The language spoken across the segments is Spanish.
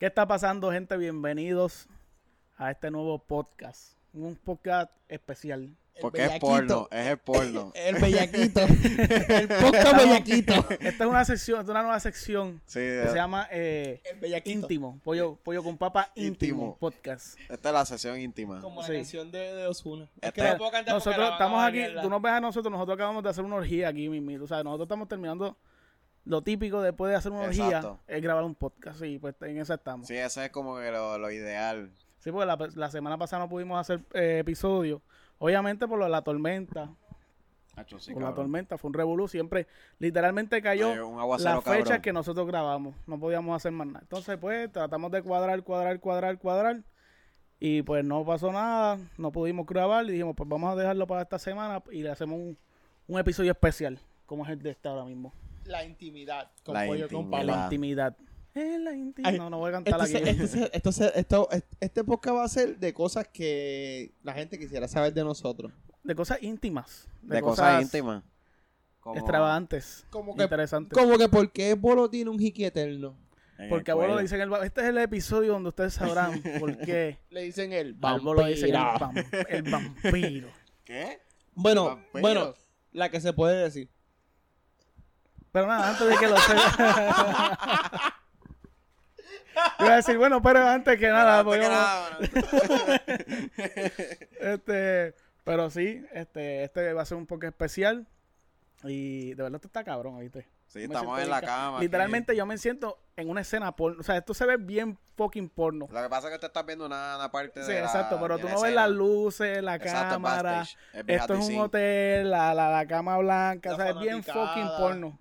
está pasando, gente? Bienvenidos a este nuevo podcast. Un podcast especial. El Porque bellaquito. es porno, es el porno. Eh, el bellaquito. el podcast bellaquito. Esta es una sección, esta es una nueva sección Sí, que eh, se llama eh, El bellaquito. Íntimo. Pollo, pollo con papa íntimo, Íntimo. podcast. esta es la sesión íntima. Como la Sí. canción de, de Osuna. Es Este- que no puedo cantar porque Nosotros la van a estamos aquí, banearla. tú nos ves a nosotros, nosotros acabamos de hacer una orgía aquí, mismito. O sea, nosotros estamos terminando lo típico después de hacer una orgía, Exacto. es grabar un podcast. Sí, pues en eso estamos. Sí, eso es como que lo, lo ideal. Sí, porque la, la semana pasada no pudimos hacer eh, episodio. Obviamente por lo de la tormenta. Hacho, sí, por la cabrón. tormenta, fue un revolú. Siempre, literalmente Oye, cayó Eh, un la aguacero, fecha cabrón. que nosotros grabamos. No podíamos hacer más nada. Entonces, pues, tratamos de cuadrar, cuadrar, cuadrar, cuadrar. Y pues no pasó nada. No pudimos grabar. Y dijimos, pues vamos a dejarlo para esta semana y le hacemos un, un episodio especial, como es el de este ahora mismo. La intimidad. Con La pollo con intimidad. En la Ah. pala. intimidad. En la intimidad. Ay, este No, no voy a cantar aquí. Entonces, entonces, entonces, esto, este podcast va a ser de cosas que la gente quisiera saber de nosotros. de cosas íntimas. De, cosas, íntimas. Como Extravagantes. Como que- interesantes. Como que por qué Bolo tiene un jiqui eterno. en el Porque abuelo cuello. le dicen el va- este es el episodio donde ustedes sabrán por qué Le dicen el al vampiro. abuelo le dicen el, vam- el vampiro. ¿Qué? Bueno, Vampiro. bueno, la que se puede decir. Pero nada, antes de que lo sepa. Yo iba a decir, bueno, pero antes que nada, Antes que podemos- nada, bueno. este, pero sí, este, este va a ser un poco especial. Y de verdad esto está cabrón, ¿viste? Sí, Me estamos siento en la bien ca- cama. aquí. Literalmente yo me siento en una escena porno. O sea, esto se ve bien fucking porno. Lo que pasa es que tú estás viendo una, una parte Sí, de la- exacto, pero de tú la no ves escena. las luces, la Exacto, es cámara. backstage, es behind Esto the es un scene. hotel, la, la, la cama blanca, La o sea, es bien fanaticada. fucking porno.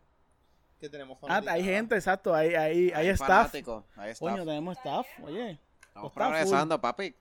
Que tenemos Ah, hay gente, exacto, hay, hay, hay staff. fanáticos, hay staff. Coño, tenemos staff, oye. está Estamos full. progresando, papi.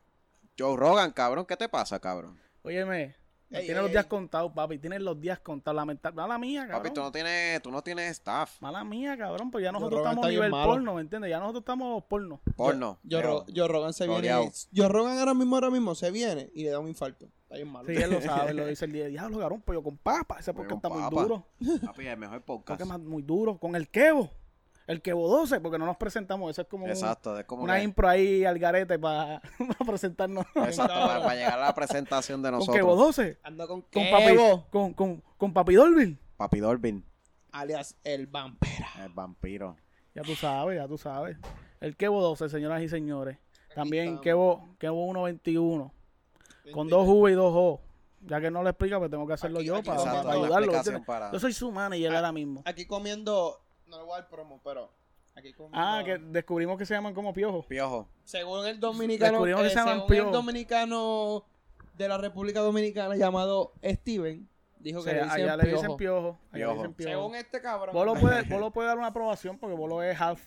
Joe Rogan, cabrón, ¿qué te pasa, cabrón? Óyeme, Ey, tienes ey, los días ey. contados, papi, tienes los días contados. Lamenta- Mala mía, Papi, tú cabrón. no tienes, tú no tienes staff. Mala mía, cabrón, pues ya nosotros Rogan estamos está bien nivel malo. porno, ¿me entiendes? Ya nosotros estamos porno. Porno. Yo, creo. Ro- yo Rogan se Rodeado. viene. Yo Rogan ahora mismo, ahora mismo se viene y le da un infarto. Está bien malo. Sí, él lo sabe, lo dice el día. Diablo, cabrón, pollo con papa. Ese Pollo porque con está muy papa. duro. Papi, el mejor podcast. Porque es más- muy duro. Con el quebo. El quebo 12, porque no nos presentamos. Eso es como un- Exacto, es como una que- impro ahí al garete para presentarnos. Exacto, Cabrón. para, para llegar a la presentación de Con Quebo nosotros. 12. Ando con, Con Kevo, papi, con, con, con papi Dolby. Papi Dolvin, alias el vampera. el vampiro. Ya tú sabes, ya tú sabes. El Quebo 12, señoras y señores. También estamos. Quebo, Quebo 121. Con dos V y dos O. Ya que no lo explica, pues tengo que hacerlo Aquí- yo aquí para, exacto, para hay una ayudarlo. explicación ¿entiendes? para- Yo soy su manager Ah, ahora mismo. Aquí comiendo. No le voy a dar promo, pero. Aquí comiendo. Ah, que descubrimos que se llaman como piojos. Piojo. Según el dominicano. Descubrimos que eh, se llaman según pío. el dominicano de la República Dominicana llamado Steven. Dijo O que sea, allá le le dicen, dicen piojo. piojo. Allá le dicen Piojo. piojo. Según este cabrón. Bolo puede, Bolo puede dar una aprobación porque Bolo es half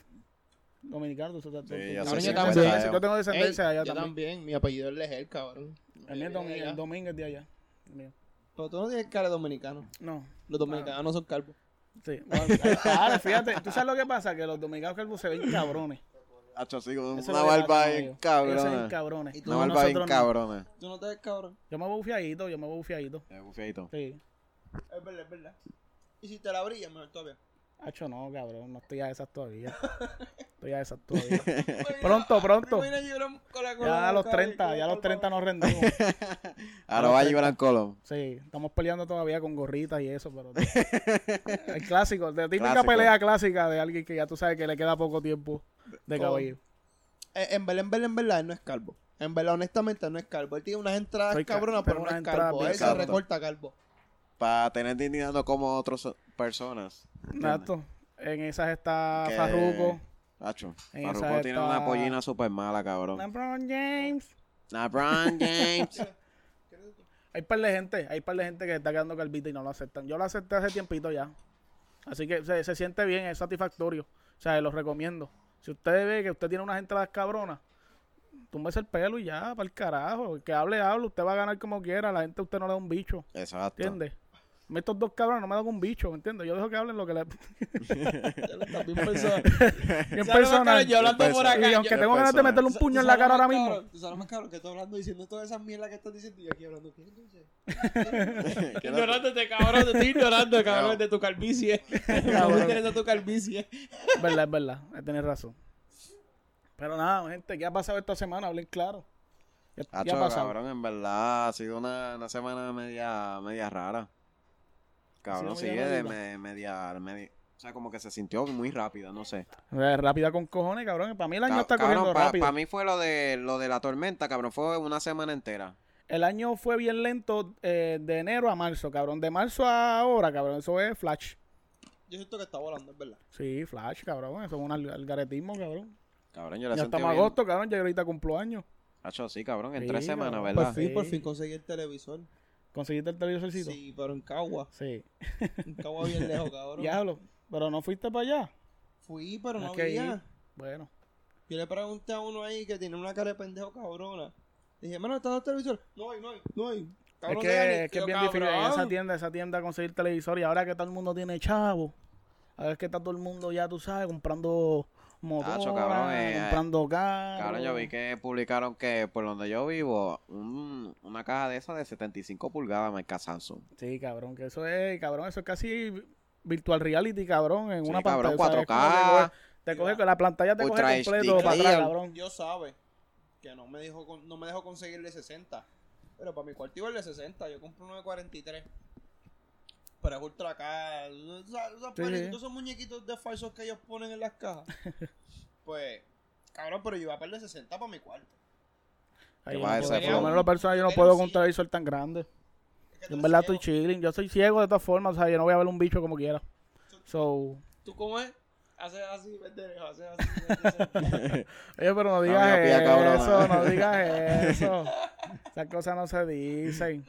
dominicano. Tú, tú- tú- tú- Sí, yo tú- soy tú- yo tú- también. yo tengo descendencia de Ey, allá yo también. también. Mi apellido es Leger, cabrón. El mío es domi- el domingo es de allá. El mío. Pero tú no tienes cara de dominicano. No, Los Ah. dominicanos no son calvos. sí. Bueno, Ahora, fíjate, tú sabes lo que pasa, que los dominicanos calvos se ven cabrones. Hacho, sí, Eso con una es lo que pasa barba con bien ellos. Ellos se ven cabrona. cabrones. Y tú, Una No, barba bien nosotros no. cabrona. Tú no te ves cabrón. Yo me voy bufiadito, yo me voy bufiadito. Eh, bufiadito. Sí. Es verdad, es verdad. Y si te la brillas, mejor todavía. Hacho, no, cabrón, no estoy a esas todavía. Estoy a esas todavía. Pronto, pronto. Mira, llorón con la- con Ya la a los boca ahí, con 30, ya a los palma. 30 nos rendimos. Ahora va a llevar Colón. Sí, estamos peleando todavía con gorritas y eso, pero... el clásico, la típica Clásico. pelea clásica de alguien que ya tú sabes que le queda poco tiempo de Con- cabello. Eh, En verdad, en verdad, en verdad, él no es calvo. En verdad, honestamente, él no es calvo. Él tiene unas entradas Soy cal- cabronas, pero tengo no es unas entradas calvo. bien Él se calvo. recorta calvo. Para tener dignidad no como otras personas. ¿entiendes? Exacto. En esas está Que- Farruko. Hacho, En Farruko esa tiene está- una pollina super mala, cabrón. LeBron James. LeBron James. Hay par de gente, hay par de gente que está quedando calvita y no lo aceptan. Yo lo acepté hace tiempito ya. Así que se, se siente bien, es satisfactorio. O sea, los recomiendo. Si usted ve que usted tiene unas entradas cabronas, túmbese el pelo y ya, para el carajo. El que hable, hable, usted va a ganar como quiera. La gente a usted no le da un bicho. Exacto. ¿Entiendes? A mí Estos dos cabrones no me dan un bicho, ¿me entiendes? Yo dejo que hablen lo que le... También persona. Bien ¿Sabes lo más personal. cabrón? Yo hablando por Bien personal. acá. Y aunque yo- Bien tengo ganas de personal. meterle un puño en la ¿Sabes cara lo ahora más mismo. cabrón? Tú sabes lo más cabrón que estoy hablando diciendo todas esas mierdas que estás diciendo y yo aquí hablando. ¿Qué entonces? Ignorándote, este cabrón. Te estoy ignorando, cabrón, de tu calvicie. No me Cabrón. interesa tu calvicie. verdad, es verdad. Tienes razón. eh, Pero nada, gente, ¿qué ha pasado esta semana? Hablen claro. ¿Qué, qué ha Hacho, pasado? cabrón, en verdad ha sido una, una semana media, media rara. Cabrón, media sí, de rarita. me- media, media- O sea, como que se sintió muy rápida, no sé. Eh, Rápida con cojones, cabrón. Para mí el año está corriendo para rápido. mí fue lo de, lo de la tormenta, cabrón. Fue una semana entera. El año fue bien lento eh, de enero a marzo, cabrón. De marzo a ahora, cabrón. Eso es flash. Yo siento que está volando, es verdad. Sí, flash, cabrón. Eso es un al- algaretismo, cabrón. Cabrón, yo la Ya sentí estamos bien. agosto, cabrón. Ya ahorita cumplo año. Hacho, sí, cabrón, en Sí, tres cabrón. semanas, Pues ¿verdad? Por fin, por Sí. fin conseguí el televisor. ¿Conseguiste el Sí, televisorcito? pero en Cagua. Sí. En Cagua bien lejos, cabrón. Diablo. Pero no fuiste para allá. Fui, pero no Hay que ir. había. Bueno. Yo le pregunté a uno ahí que tiene una cara de pendejo cabrona. Dije, mano, ¿está en el televisor? No hay, no hay, no hay. Es Cabrón, que, no hay ni- es que es Yo, bien difícil en esa cabrón. tienda, esa tienda conseguir televisor y ahora que todo el mundo tiene chavo, ahora es que está todo el mundo ya, tú sabes, comprando motor, cabrón, eh, comprando carros. Cabrón, yo vi que publicaron que por donde yo vivo, un- una caja de esas de 75 pulgadas marca Samsung. Sí, cabrón, que eso es, cabrón, eso es casi virtual reality, cabrón, en Sí, una cabrón, pantalla. o sea, es 4K. como que Te coge, te coge con la pantalla te Ultra coge HD, completo para atrás, Liam, cabrón. Yo sabe que no me dijo con- no me dejó conseguir de 60. Pero para mi cuarto iba el de 60, yo compré uno de 43. Pero es ultra acá. Esos Sí, sí. esos muñequitos de falsos que ellos ponen en las cajas. pues, cabrón, pero yo iba a perder 60 para mi cuarto. Ahí Yo yo no voy a puedo- hacer por lo por- menos la persona yo no Pero puedo sí. con un televisor tan grande. Es que tú Yo en eres verdad ciego. estoy chilling, yo soy ciego de todas formas, o sea, yo no voy a ver un bicho como quiera. So, ¿Tú cómo es? Haces así, pendejo, haces así. pendejo. Oye, pero no me digas la pida, cabrona. eso, no digas eso. Esas cosas no se dicen.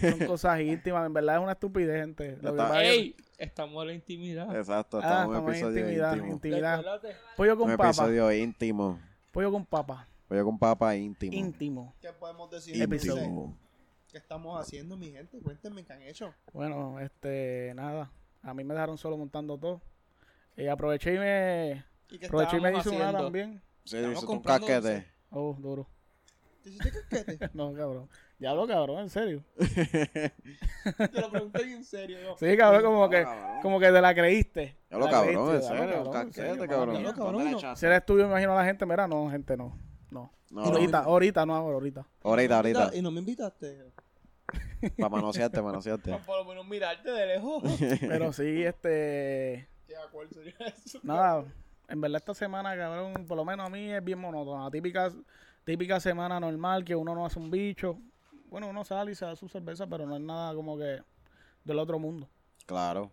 Son cosas íntimas, en verdad es una estupidez, gente. Lo que Está- pasa es- ¡Ey! Estamos en la intimidad. Exacto, Ah, estamos en un estamos en episodio intimidad, íntimo. intimidad. Recuérdate Pollo Un con papa, episodio íntimo. pollo con papa, Voy a con papa íntimo. íntimo. ¿Qué podemos decir? Íntimo. entonces? Íntimo. ¿Qué estamos haciendo, mi gente? Cuéntenme qué han hecho. Bueno, este, nada, a mí me dejaron solo montando todo. Y aproveché y me, ¿Y qué aproveché y me estábamos hice una haciendo? también. Sí, Estamos hizo un comprando casquete. Oh, duro. ¿Te hiciste casquete? No, cabrón. Ya lo cabrón, en serio. Te lo pregunté bien en serio. Yo. Sí, cabrón, como que, cabrón. como que te la creíste. Ya lo La cabrón, creíste, en ya lo serio. Un cabrón, en serio, mala casquete, mía. cabrón. mía, cabrón, ¿Dónde no. echaste? Si eres tú, yo imagino a la gente, mira, no, gente, no. No. No, ahorita, ahorita, no ahora, ahorita. Ahorita, Y no me ahorita. invita- Y no me invitaste. Para manosearte, manosearte. Pa- Por lo menos mirarte de lejos. Pero sí, este. ¿Qué acuerdo sería eso? Nada, en verdad esta semana, cabrón, por lo menos a mí es bien monótona. Típica, típica semana normal que uno no hace un bicho. Bueno, uno sale y se da su cerveza, pero no es nada como que del otro mundo. Claro.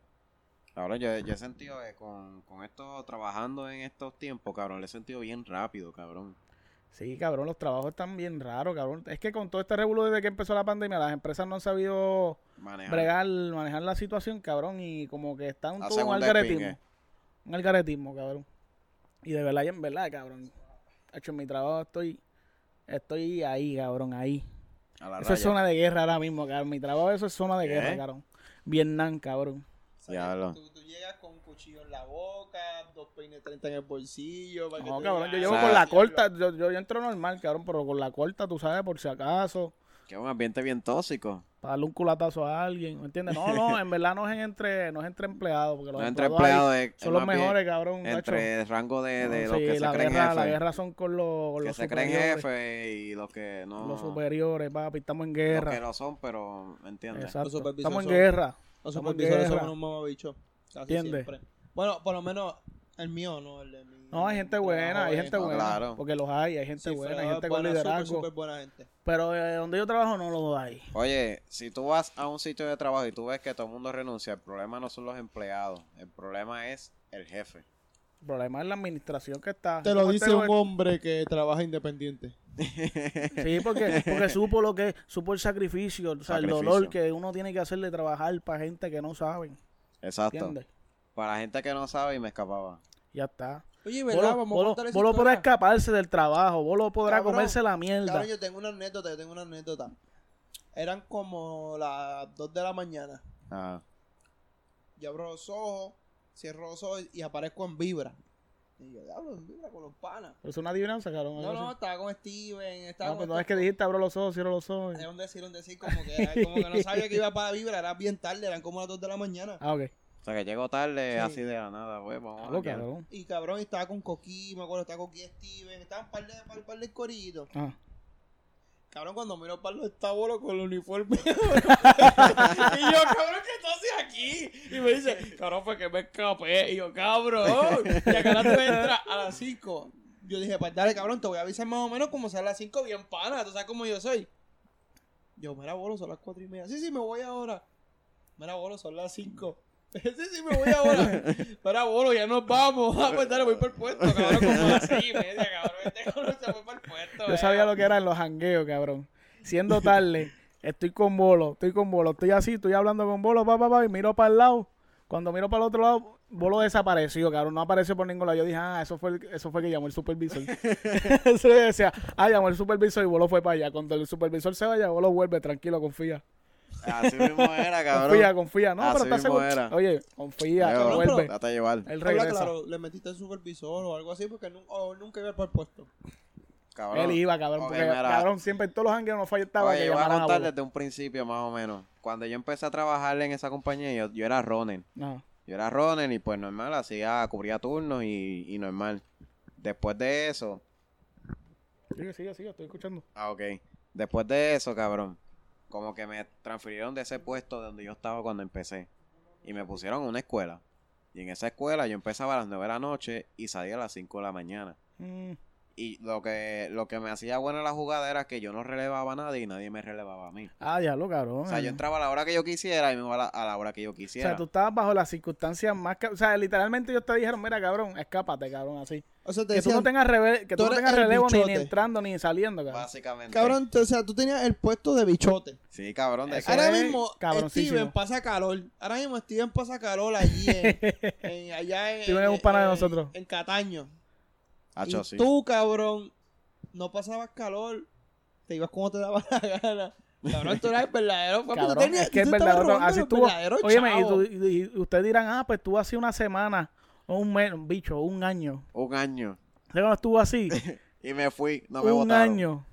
Cabrón, yo, yo he sentido que con, con esto, trabajando en estos tiempos, cabrón, le he sentido bien rápido, cabrón. Sí, cabrón, los trabajos están bien raros, cabrón. Es que con todo este revuelo desde que empezó la pandemia, las empresas no han sabido Manejar. bregar, manejar la situación, cabrón, y como que están Hacen todo un un algaretismo. despingue. Un algaretismo, cabrón. Y de verdad, y en verdad, cabrón. Hecho, en mi trabajo estoy, estoy ahí, cabrón, ahí. A ¿Eh? la Eso es raya. zona de guerra ahora mismo, cabrón. Mi trabajo, eso es zona de ¿Qué? guerra, cabrón. Vietnam, cabrón. Diablo. Tú, tú llegas con un cuchillo en la boca, dos peines 30 en el bolsillo. para que No, tú cabrón, yo digas, llevo "Ah, con la diablo". corta. Yo, yo, yo entro normal, cabrón, pero con la corta, tú sabes, por si acaso. Que un ambiente bien tóxico. Para darle un culatazo a alguien, ¿me entiendes? No, no, en verdad no es en entre, no es entre empleados, porque los No entre empleados empleados ahí de- son es los más bien mejores, cabrón. gacho. Entre el rango de, de No, los sí, que se la creen guerra, La jefe. guerra son con los, con que los se creen superiores. jefe y los que no. Los superiores, papi, estamos en guerra. Los que lo son, pero ¿me entiendes? Exacto. Los supervisores Estamos en son- guerra. Estamos Los en supervisores guerra. son unos mamabichos. Casi ¿Entiendes? siempre. Bueno, por lo menos el mío, no el de mi. No, hay gente buena, hay gente Ah, buena. claro. Porque los hay, hay gente Sí, buena, fue hay gente con buena, súper, liderazgo. súper buena gente. Pero eh, donde yo trabajo no los hay. Oye, si tú vas a un sitio de trabajo y tú ves que todo el mundo renuncia, el problema no son los empleados, el problema es el jefe. El problema es la administración que está. este Te lo ¿Cómo dice un ves? hombre que trabaja independiente. Sí, porque, porque supo lo que, supo el sacrificio, o sea, el Sacrificio. dolor que uno tiene que hacer de trabajar para gente que no saben. Exacto. ¿Entiendes? Para la gente que no sabe y me escapaba. Ya está. Oye, Volo, ¿verdad? Vamos a Volo- contar esa Volo podrá historia. escaparse del trabajo, Volo podrá Cabrón, comerse la mierda. Cabrón, yo tengo una anécdota, yo tengo una anécdota. Eran como las 2 de la mañana. Ah, Yo abro los ojos, cierro los ojos y aparezco en Vibra. Y yo, diablo, en Vibra con los panas. Pero Es una adivinanza, cabrón. No, algo no, así. estaba con Steven, estaba Ah, con pues no es estos- que dijiste abro los ojos, cierro los ojos. Era un decir, un decir, como que, era- como que no sabía que iba para Vibra, era bien tarde, eran como las 2 de la mañana. Ah, ok. sea, que llego tarde Sí. así de la nada, pues, Ah, vamos a Claro, janguear. cabrón. Y cabrón, estaba con Coquí, me acuerdo, estaba Coquí Steven, estaba un par de, par, par de corillitos. Ah. Cabrón, cuando miro para los tabulos con el uniforme. y yo, cabrón, ¿qué tú haces aquí? Y me dice, cabrón, fue que me escapé. Y yo, cabrón, y acá la tú entras a las 5. Yo dije, pues dale, cabrón, te voy a avisar más o menos como son las 5 bien pana. Tú sabes cómo yo soy. Yo, mira, bolo, son las 4 y media. Sí, sí, me voy ahora. Mira, bolo, son las 5. Sí, sí, me voy ahora. Mira, bolo, ya nos vamos. Ah, pues dale, voy para el puesto, cabrón, como las 6 y media, cabrón. Este cabrón se fue para el puesto. Yo sabía lo que eran los jangueos, cabrón. Siendo tarde, estoy con bolo, estoy con bolo, estoy así, estoy hablando con bolo, pa, pa, pa, y miro para el lado. Cuando miro para el otro lado, bolo desapareció, cabrón. No apareció por ningún lado. Yo dije, ah, eso fue, el- eso fue que llamó el supervisor. Eso yo decía, ah, llamó el supervisor y bolo fue para allá. Cuando el supervisor se vaya, bolo vuelve, tranquilo, confía. Así mismo era, cabrón. Confía, confía. No, Así pero está mismo seguro. era. Oye, confía, Leo, cabrón, vuelve. trata de llevar. Él Habla regresa. claro, le metiste al supervisor o algo así porque nu- o él nunca iba para el puesto. Cabrón. Él iba, cabrón, Ok, porque mira. cabrón siempre en todos los jangueos no faltaba Oye, que yo voy a llamaran a contar bolo. desde un principio, más o menos. Cuando yo empecé a trabajar en esa compañía, yo, yo era Ronen. No. Yo era Ronen y pues normal, hacía, cubría turnos y, y normal. Después de eso, Sigue, sigue, sigue, estoy escuchando. ah, ok. Después de eso, cabrón, como que me transfirieron de ese puesto donde yo estaba cuando empecé. Y me pusieron a una escuela. Y en esa escuela yo empezaba a las 9 de la noche y salía a las 5 de la mañana. Mm. Y lo que, lo que me hacía buena la jugada era que yo no relevaba a nadie y nadie me relevaba a mí. Ah, diablo, cabrón. O sea, yo entraba a la hora que yo quisiera y me iba a la, a la hora que yo O quisiera. sea, tú estabas bajo las circunstancias más... ca- O sea, literalmente ellos te dijeron, mira, cabrón, escápate, cabrón, así. O sea, te Que tú no decían, tengas, reve- que tú tú no eres tengas el relevo ni, ni bichote. entrando ni saliendo, cabrón. Básicamente. cabrón, te- o sea, tú tenías el puesto de bichote. Sí, cabrón. De Eso cara- Eh, Ahora es mismo cabroncísimo. Steven pasa calor. Ahora mismo Steven pasa calor allí en, en- allá en, Steven es en- un pana de en- nosotros. en Cataño. Hacho, y sí. tú, cabrón, no pasabas calor. Te ibas como te daba la gana. Cabrón, tú eras el verdadero. papi, tú Cabrón, tenías- es que es tú te estabas verdadero, robando así los estuvo- verdaderos Óyeme, y, chavos. tú- y- y ustedes dirán, ah, pues tú hace una semana, o un mes, un bicho, un año. Un año. ¿Sabes cuando estuvo así? Y me fui. No me un votaron. año.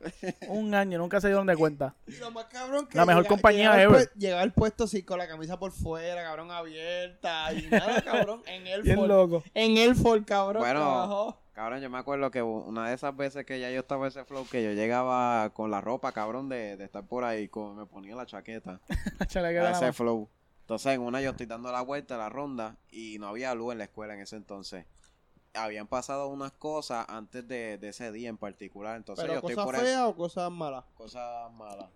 Un año, nunca se dieron de cuenta. Y lo más cabrón que La mejor compañía llegaba al ever. pue- Llegaba al puesto así con la camisa por fuera, cabrón, abierta. Y nada, cabrón, en el Bien loco. En el Ford, cabrón. Bueno. trabajó. Cabrón, yo me acuerdo que una de esas veces que ya yo estaba en ese flow, que yo llegaba con la ropa, cabrón, de, de estar por ahí, como me ponía la chaqueta. Chale, que a nada ese más. flow. Entonces, en una yo estoy dando la vuelta, la ronda, y no había luz en la escuela en ese entonces. Habían pasado unas cosas antes de, de ese día en particular, entonces Pero yo estoy cosas por ahí. feas o cosas malas. Cosas malas.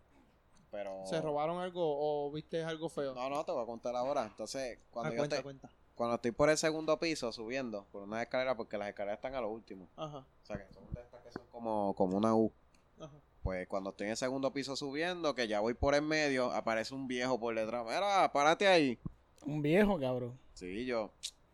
Pero... ¿Se robaron algo o viste algo feo? No, no, te voy a contar ahora. Entonces, cuando Ah, yo cuenta, estoy- cuenta. cuando estoy por el segundo piso subiendo por una escalera, porque las escaleras están a lo último. Ajá, O sea, que son de estas que son como, como una U. ajá. Pues cuando estoy en el segundo piso subiendo, que ya voy por el medio, aparece un viejo por detrás. Mira, párate ahí. Un viejo, cabrón. Sí, yo.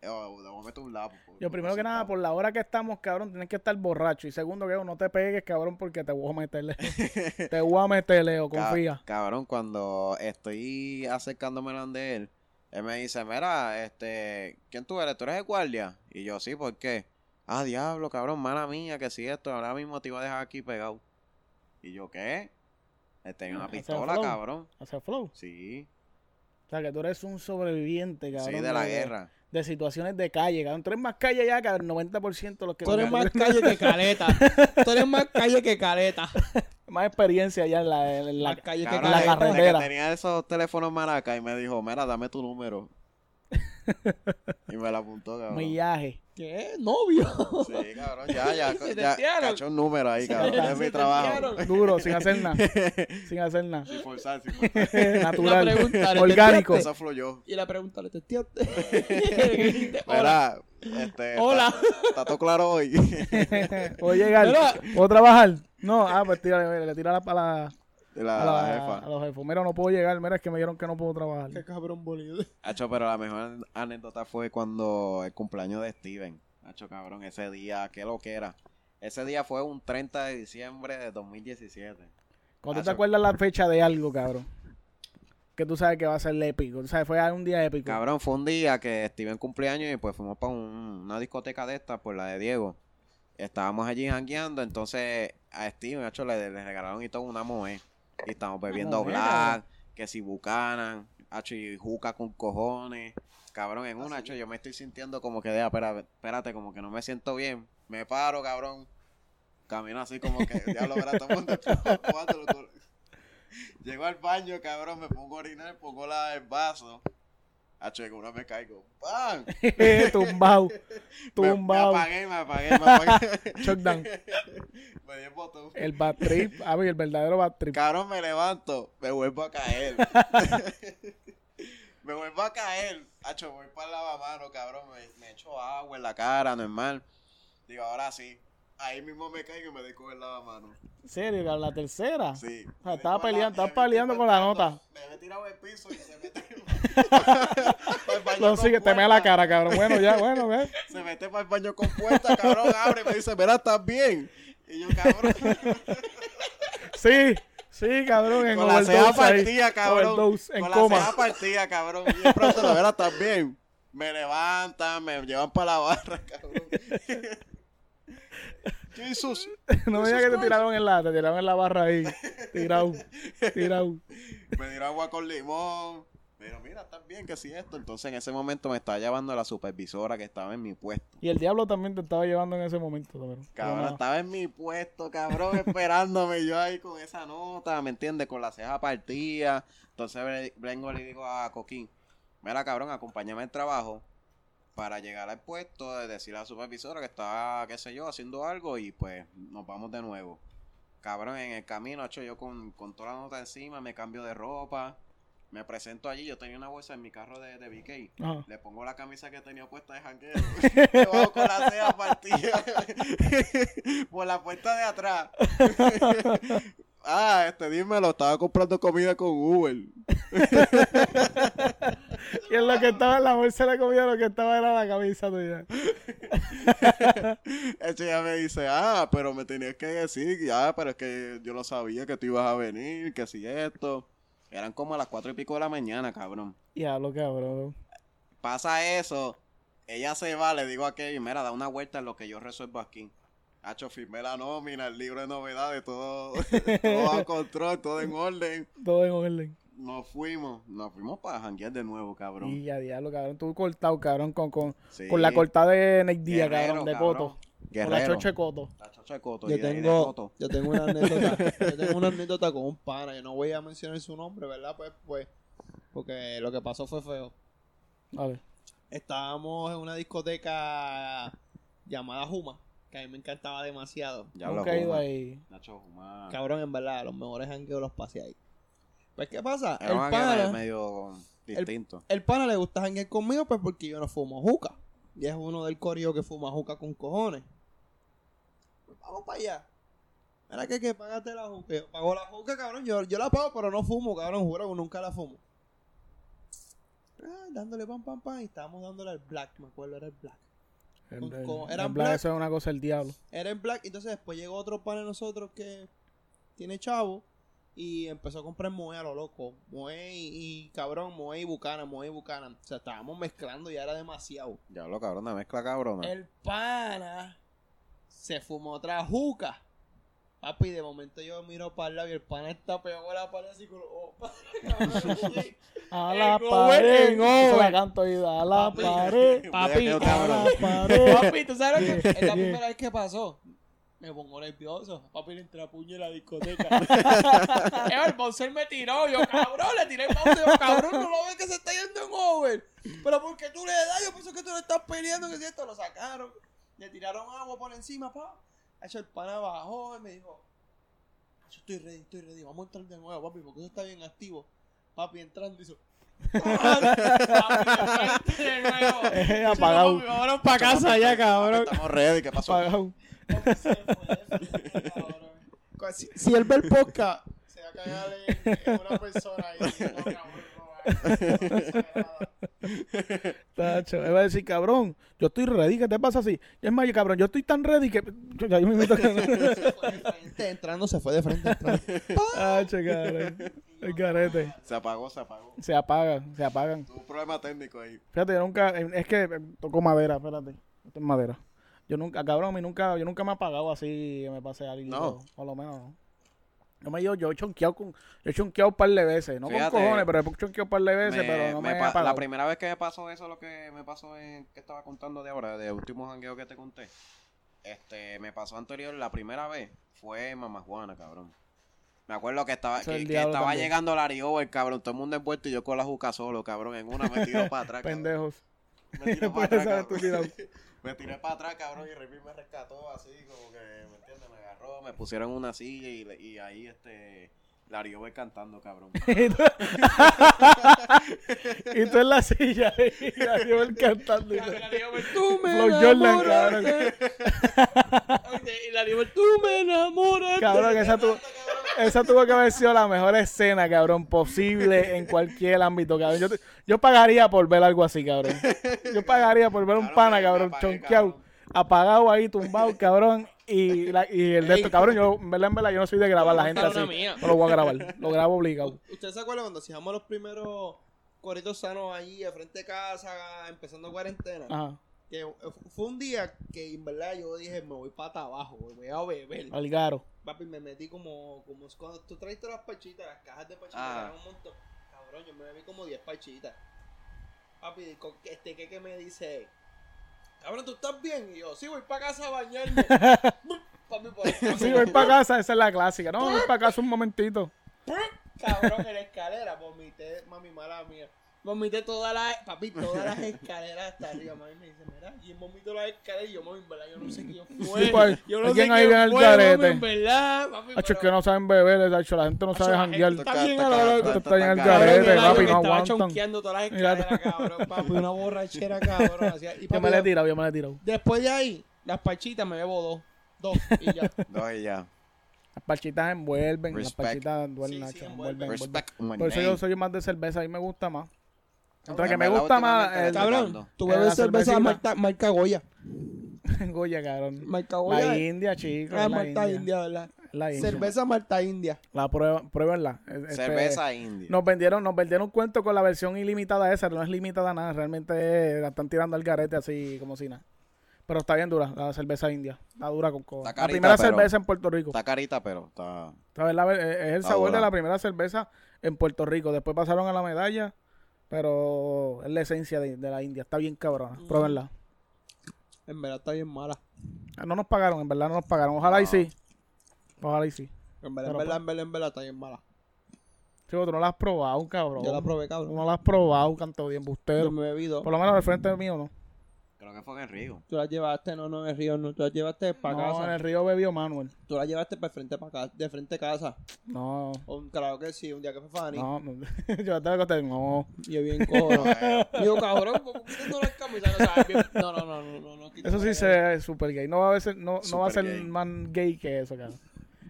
Oh, le voy a meter un lado. por- Yo por primero que nada, por sentado. la hora que estamos, cabrón, tienes que estar borracho. Y segundo que no te pegues, cabrón, porque te voy a meterle. te voy a meterle, o Ca- confía. cabrón, cuando estoy acercándome a donde él, él me dice, mira, este, ¿quién tú eres? ¿Tú eres el guardia? Y yo, sí, ¿por qué? Ah, diablo, cabrón, mala mía, que si esto, ahora mismo te iba a dejar aquí pegado. Y yo, ¿qué? Él tenía una Ah, ese pistola, flow. cabrón. Hacia flow. Sí, O sea, que tú eres un sobreviviente, cabrón. sí, de la guerra. De situaciones de calle, cabrón. Tú eres más calle ya, cabrón. 90% de los que... Tú eres más calle que caleta. Tú eres más calle que caleta. Más experiencia ya en la... en la- Más calle que Cabrón, la hay caleta. gente que carretera. tenía esos teléfonos maracas y me dijo, mira, dame tu número. y me la apuntó, cabrón. millaje. ¿Qué? ¿Novio? Sí, cabrón, ya, ya, Se ya, testearon. cachó un número ahí, cabrón, Se es mi testearon. trabajo. Duro, sin hacer nada. sin hacer nada. Sin forzar, sin forzar. Natural. Una pregunta, ¿le orgánico. Eso fluyó. Y la pregunta, ¿le testeaste? Hola. Mira, este, Hola. Está, está todo claro hoy. ¿Puedo llegar? Mira. ¿Puedo trabajar? No, ah, pues tírale, le tira la, a la, La, a la la- a jefa. los jefos. Mira, no puedo llegar. Mira, es que me dijeron que no puedo trabajar. Qué cabrón boludo. Hacho, pero la mejor anécdota fue cuando el cumpleaños de Steven. Hacho, cabrón, ese día, qué lo que era. Ese día fue un 30 de diciembre de 2017. Cuando Ah, tú te eso- acuerdas la fecha de algo, cabrón. Que tú sabes que va a ser épico. Tú sabes, fue un día épico. Cabrón, fue un día que Steven cumpleaños y pues fuimos para una discoteca de esta, por la de Diego. Estábamos allí jangueando, entonces a Steven, hecho, le, le regalaron y todo una moe. Y estamos bebiendo moe, black, que si bucanan, hacho, y juca con cojones. cabrón, en una, Así cho, yo me estoy sintiendo como que, "Deja, espera- espérate, como que no me siento bien. Me paro, cabrón. Camino así como que, diablo, verá, todo el mundo está ocupándolo, tú". Llego al baño, cabrón, me pongo a orinar, pongo la, el vaso. Hacho, en una me caigo. ¡Pam! tumbado. Me- Tumbado. Me, apagué, me apagué, me apagué. Chuckdown. me di el botón. El bad trip. A ver, el verdadero bad trip. Cabrón, me levanto, me vuelvo a caer. me vuelvo a caer. Hacho, voy para el lavamano, cabrón. Me, me echo agua en la cara, normal. Digo, ahora sí. Ahí mismo me caigo y me dejo el lavamano. ¿En serio? cabrón? ¿La tercera? Sí. sea, Me estaba dejo el peleando, estaba la- me metí peleando con la cuarto, nota. Me he tirado el piso y se mete. Pues, No, sí, que te mea la cara, cabrón. Bueno, ya, bueno, ¿ves? Se mete para el baño con puerta, cabrón. Abre y me dice, mira, estás bien. Y yo, cabrón. Sí, sí, cabrón. En Con la ceja overdose ahí. partida, cabrón. Overdose, en con coma. la ceja partida, cabrón. Y de pronto la vera también. Me levantan, me llevan para la barra, cabrón. Jesús. No me digas que te tiraron en la, te tiraron en la barra ahí. Tirado, tirado. Me dieron agua con limón. Pero mira, estás bien que si esto. Entonces en ese momento me estaba llevando la supervisora que estaba en mi puesto. Y el diablo también te estaba llevando en ese momento, cabrón. Cabrón, estaba en mi puesto, cabrón, esperándome yo ahí con esa nota, ¿me entiendes? Con la ceja partida. Entonces ve- vengo y le digo a Coquín, mira, cabrón, acompáñame al trabajo para llegar al puesto, de decirle a la supervisora que estaba, qué sé yo, haciendo algo y pues nos vamos de nuevo. Cabrón, en el camino, hecho yo con, con toda la nota encima, me cambio de ropa, me presento allí, yo tenía una bolsa en mi carro de, de BK. Ajá. Le pongo la camisa que tenía puesta de janguero. Me bajo con la ceja partida. Por la puerta de atrás. ah, este dímelo, estaba comprando comida con Uber. Y en lo que estaba en la bolsa de la comida, lo que estaba era la camisa tuya. Este ya me dice, ah, pero me tenías que decir, ya, pero es que yo no sabía que tú ibas a venir, que si esto. Eran como a las cuatro y pico de la mañana, cabrón. Diablo, cabrón. Pasa eso. Ella se va, le digo a Kevin, mira, da una vuelta en lo que yo resuelvo aquí. Hacho, firmé la nómina, el libro de novedades, todo, todo a control, todo en orden. Todo en orden. Nos fuimos, nos fuimos para janguear de nuevo, cabrón. Y a diablo, cabrón. Tú cortado, cabrón, con, con, Sí. con la cortada de Nate Díaz, Guerrero, cabrón, de cabrón. Coto. Con la Guerrero. choche Coto. La chocha de Coto. Yo y de ahí de tengo, Coto. yo tengo una anécdota, yo tengo una anécdota con un pana, yo no voy a mencionar su nombre, ¿verdad? Pues, pues, porque lo que pasó fue feo. Vale. Estábamos en una discoteca llamada Juma, que a mí me encantaba demasiado. Ya Nunca habló he ido Juma. ahí. Nacho Juma. Cabrón, en verdad, los mejores jangueos los pasé ahí. Pues, ¿qué pasa? Era El un jangueo pana, medio distinto. el pana le gusta janguear conmigo, pues porque yo no fumo juca. Y es uno del corillo que fuma juca con cojones. Pues vamos para allá. Mira que, que pagaste la juca. Yo pago la juca, cabrón. Yo, yo la pago, pero no fumo, cabrón. Juro que nunca la fumo. Ah, dándole pam, pam, pam. Y estábamos dándole al black, me acuerdo, era el black. El- Con- el- con- el eran Black, black. Eso es una cosa del diablo. Era en black. Entonces después llegó otro pan de nosotros que tiene chavo. Y empezó a comprar Moe a lo loco. Moe y, y, cabrón, Moe y Bucana, Moe y Bucana. O sea, estábamos mezclando y era demasiado. Ya habló, cabrón, una mezcla cabrona. El pana se fumó otra juca. Papi, de momento yo miro para el lado y el pana está pegado a la pared así con los ojos para atrás, cabrón, así. A En la over, pared. en Eso la over. canto y a la Papi. pared. Papi, A cabrón. la pared. Papi, ¿tú sabes lo que? Es la primera vez que pasó. Me pongo nervioso. Papi le entra puño en la discoteca. Eh, el bouncer me tiró. Yo, cabrón, le tiré el bouncer. Yo, cabrón, no lo ves que se está yendo en over. Pero porque tú le das, yo pienso que tú le estás peleando. Que si esto lo sacaron. Le tiraron agua por encima, pa. Hecho el pana bajó y me dijo: Yo estoy ready, estoy ready. Vamos a entrar de nuevo, papi, porque eso está bien activo. Papi entrando hizo. Papi, de nuevo. Eh, Apagado. Vámonos para casa ya, cabrón. Estamos ready, ¿qué pasó? Apagado. Si, si él ve el podcast, Se va a cagar en, en una persona ahí. No, cabrón, no, no, no. Tacho, él va a decir, cabrón, yo estoy ready, ¿qué te pasa así? Es más, yo, cabrón, yo estoy tan ready que... Yo, yo me meto- se fue de frente entrando, se fue de frente entrando. Tacho, cabrón. El carete. Se apagó, se apagó. Se apagan, se apagan. Tuvo un problema técnico ahí. Fíjate, yo nunca... Es que eh, tocó madera, espérate. Esto es madera. Yo nunca, cabrón, a mí nunca, yo nunca me he apagado así, que me pasé algo. No. Por lo menos no. Yo me he ido, yo he chonqueado, con, yo he chonqueado un par de veces. No Fíjate. con cojones, pero he chonqueado un par de veces, Me- pero no me, me he pa- apagado. la primera vez que me pasó eso, lo que me pasó en que estaba contando de ahora, de último jangueo que te conté, este, me pasó anterior, la primera vez fue en Mamá Juana, cabrón. Me acuerdo que estaba, Eso es que, el que diablo estaba también. llegando la el cabrón, todo el mundo envuelto y yo con la juca solo, cabrón, en una me tiro para atrás. cabrón. Pendejos. Me tiré Por para atrás, esa cabrón. estupidez. me tiré para atrás, cabrón, y Ripi me rescató así, como que, ¿me entiendes? Me agarró, me pusieron una silla y, le- y ahí, este, Darío va cantando, cabrón. y tú y tú en la silla y yo el cantando. y todo. La Diabel, tú me Flow Jordan, enamoraste. cabrón. Oye, Y la Diabel, tú me enamoraste. Cabrón, esa, tu- esa tuvo que haber sido la mejor escena, cabrón, posible en cualquier ámbito, cabrón. Yo, te- yo pagaría por ver algo así, cabrón. Yo pagaría por ver un Claro, pana, me- me cabrón, apagué, chonqueado, cabrón. apagado ahí, tumbado, cabrón. Y, la- y el de esto, cabrón, yo, en verdad, en verdad, yo no soy de grabar la gente Cabrón, así. mía. No lo voy a grabar, lo grabo obligado. ¿Ustedes se acuerdan cuando hacíamos los primeros coritos sanos allí, de frente a casa, empezando cuarentena? Ajá, Que eh, fu- fue un día que en verdad yo dije, me voy para abajo, voy a beber. al garo. Papi, me metí como, como es cuando tú traiste las pachitas, las cajas de pachitas, Ah. que eran un montón. Cabrón, yo me bebí como 10 pachitas. Papi, co- este que, que me dice, cabrón, ¿tú estás bien? Y yo, sí, voy para casa a bañarme. Papi, por eso. Sí, voy para casa, esa es la clásica. No, voy para casa un momentito. Cabrón, en la escalera, vomité, mami, mala mía. Vomité todas las, papi, todas las escaleras hasta arriba. Mami me dice, mira, y vomito las escaleras. Y yo, mami, en verdad, yo no sé quién fue. Sí, pues, yo no sé alguien quién ahí fue, viene al mami, garete. en verdad, papi, Hacho, es pero- que no saben beber, hacho, la gente no sabe la janguear. gente- Está bien a lo loco, esto está bien al Cabrón, Carete, mira, yo papi, que no estaba aguantan. chonqueando todas las escaleras, cabrón, papi, una borrachera, cabrón. hacía- y Yo papi, me le he tirado, yo me le he tirado. Después de ahí, las pachitas me bebo dos. Dos y ya. No, y ya. Las parchitas envuelven, Respect. las parchitas duelen, Sí, Nacho, sí, envuelven. envuelven, envuelven. Respect my Por eso name. yo soy más de cerveza, a mí me gusta más. Otra Cabrón, que me en este verdad, gusta más últimamente el le- Cabrón, tú Era bebes la cerveza cervecita. marca, marca Goya. Goya, cabrón. Marca Goya. La eh. India, chicos. Ah, la Marta India. India, ¿verdad? La India. Cerveza Marta India. La prueba, pruébenla. Es- este, Cerveza india. Nos vendieron, nos vendieron un cuento con la versión ilimitada esa, no es limitada nada, realmente es- la están tirando al garete así como si nada. Pero está bien dura, la cerveza india. Está dura con cojones. Está La carita, primera pero- cerveza en Puerto Rico. Está carita, pero está... Esta vez la- eh, es el Está sabor de dura. la primera cerveza en Puerto Rico. Después pasaron a la medalla, pero es la esencia de, de la India. Está bien cabrona. Mm. Pruébenla. En verdad está bien mala. Ah, No nos pagaron, en verdad no nos pagaron. Ojalá y No. sí. Ojalá y sí. En verdad, Pero, en verdad, pues- en verdad, en verdad está bien mala. Chico, tú no la has probado, cabrón. Yo la probé, Tú cabrón. no la has probado, canto bien Yo bustero. me bebí dos. Por lo menos al frente mío no. Creo que fue en el río. Tú la llevaste, no, no, en el río, no. Tú la llevaste para No, en casa. el río bebió Manuel. Tú la llevaste para frente, para casa, de frente a casa. No. Un- claro que sí, un día que fue Fanny. No, no. yo te digo, te- no. Yo bien cojo. Digo, cabrón, ¿cómo quitando las camisas? No, sabes bien. no, no, no, no, no, no quita Eso sí las se es super gay. No va a ser, no, no va a ser Eh, Super gay. más gay que eso, cabrón.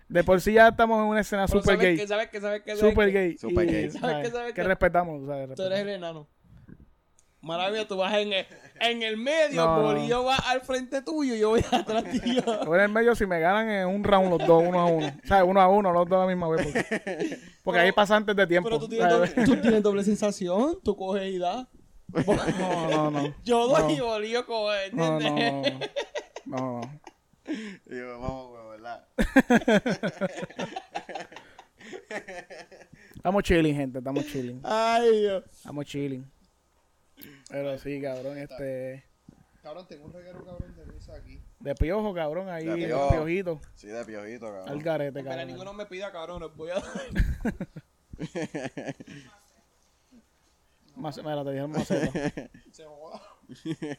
De por sí ya estamos en una escena Pero super ¿sabes gay. qué? ¿Sabes qué? ¿Sabes qué? ¿Sabes Super qué? gay. Super y, gay. ¿sabes? ¿Sabes qué? ¿Sabes que qué? respetamos. ¿sabes? Tú eres el Respetamos. enano. Maravilla, tú vas en el, en el medio, No, Bolillo no. va al frente tuyo y yo voy atrás tuyo. Yo en el medio si me ganan en un round los dos, uno a uno. O sea, uno a uno, los dos a la misma vez. Porque, porque ahí pasa antes de tiempo. Pero tú tienes, ¿sabes? doble, tú tienes doble sensación, tú coges y das. No, no, no. Yo No. doy y Bolillo coge, No, no, ¿entiendes? no. No, no, no. Y yo, vamos, güey, ¿verdad? Estamos chilling, gente. Estamos chilling. Ay, Dios. Estamos chilling. Pero sí, cabrón, este... Cabrón, tengo un reguero cabrón de misa aquí. De piojo, cabrón, ahí, De de piojo. piojito. Sí, de piojito, cabrón. Al garete, Pero cabrón. ninguno me pida, cabrón, les voy a dar. Mas- mira, te dijeron maceta. Se joda.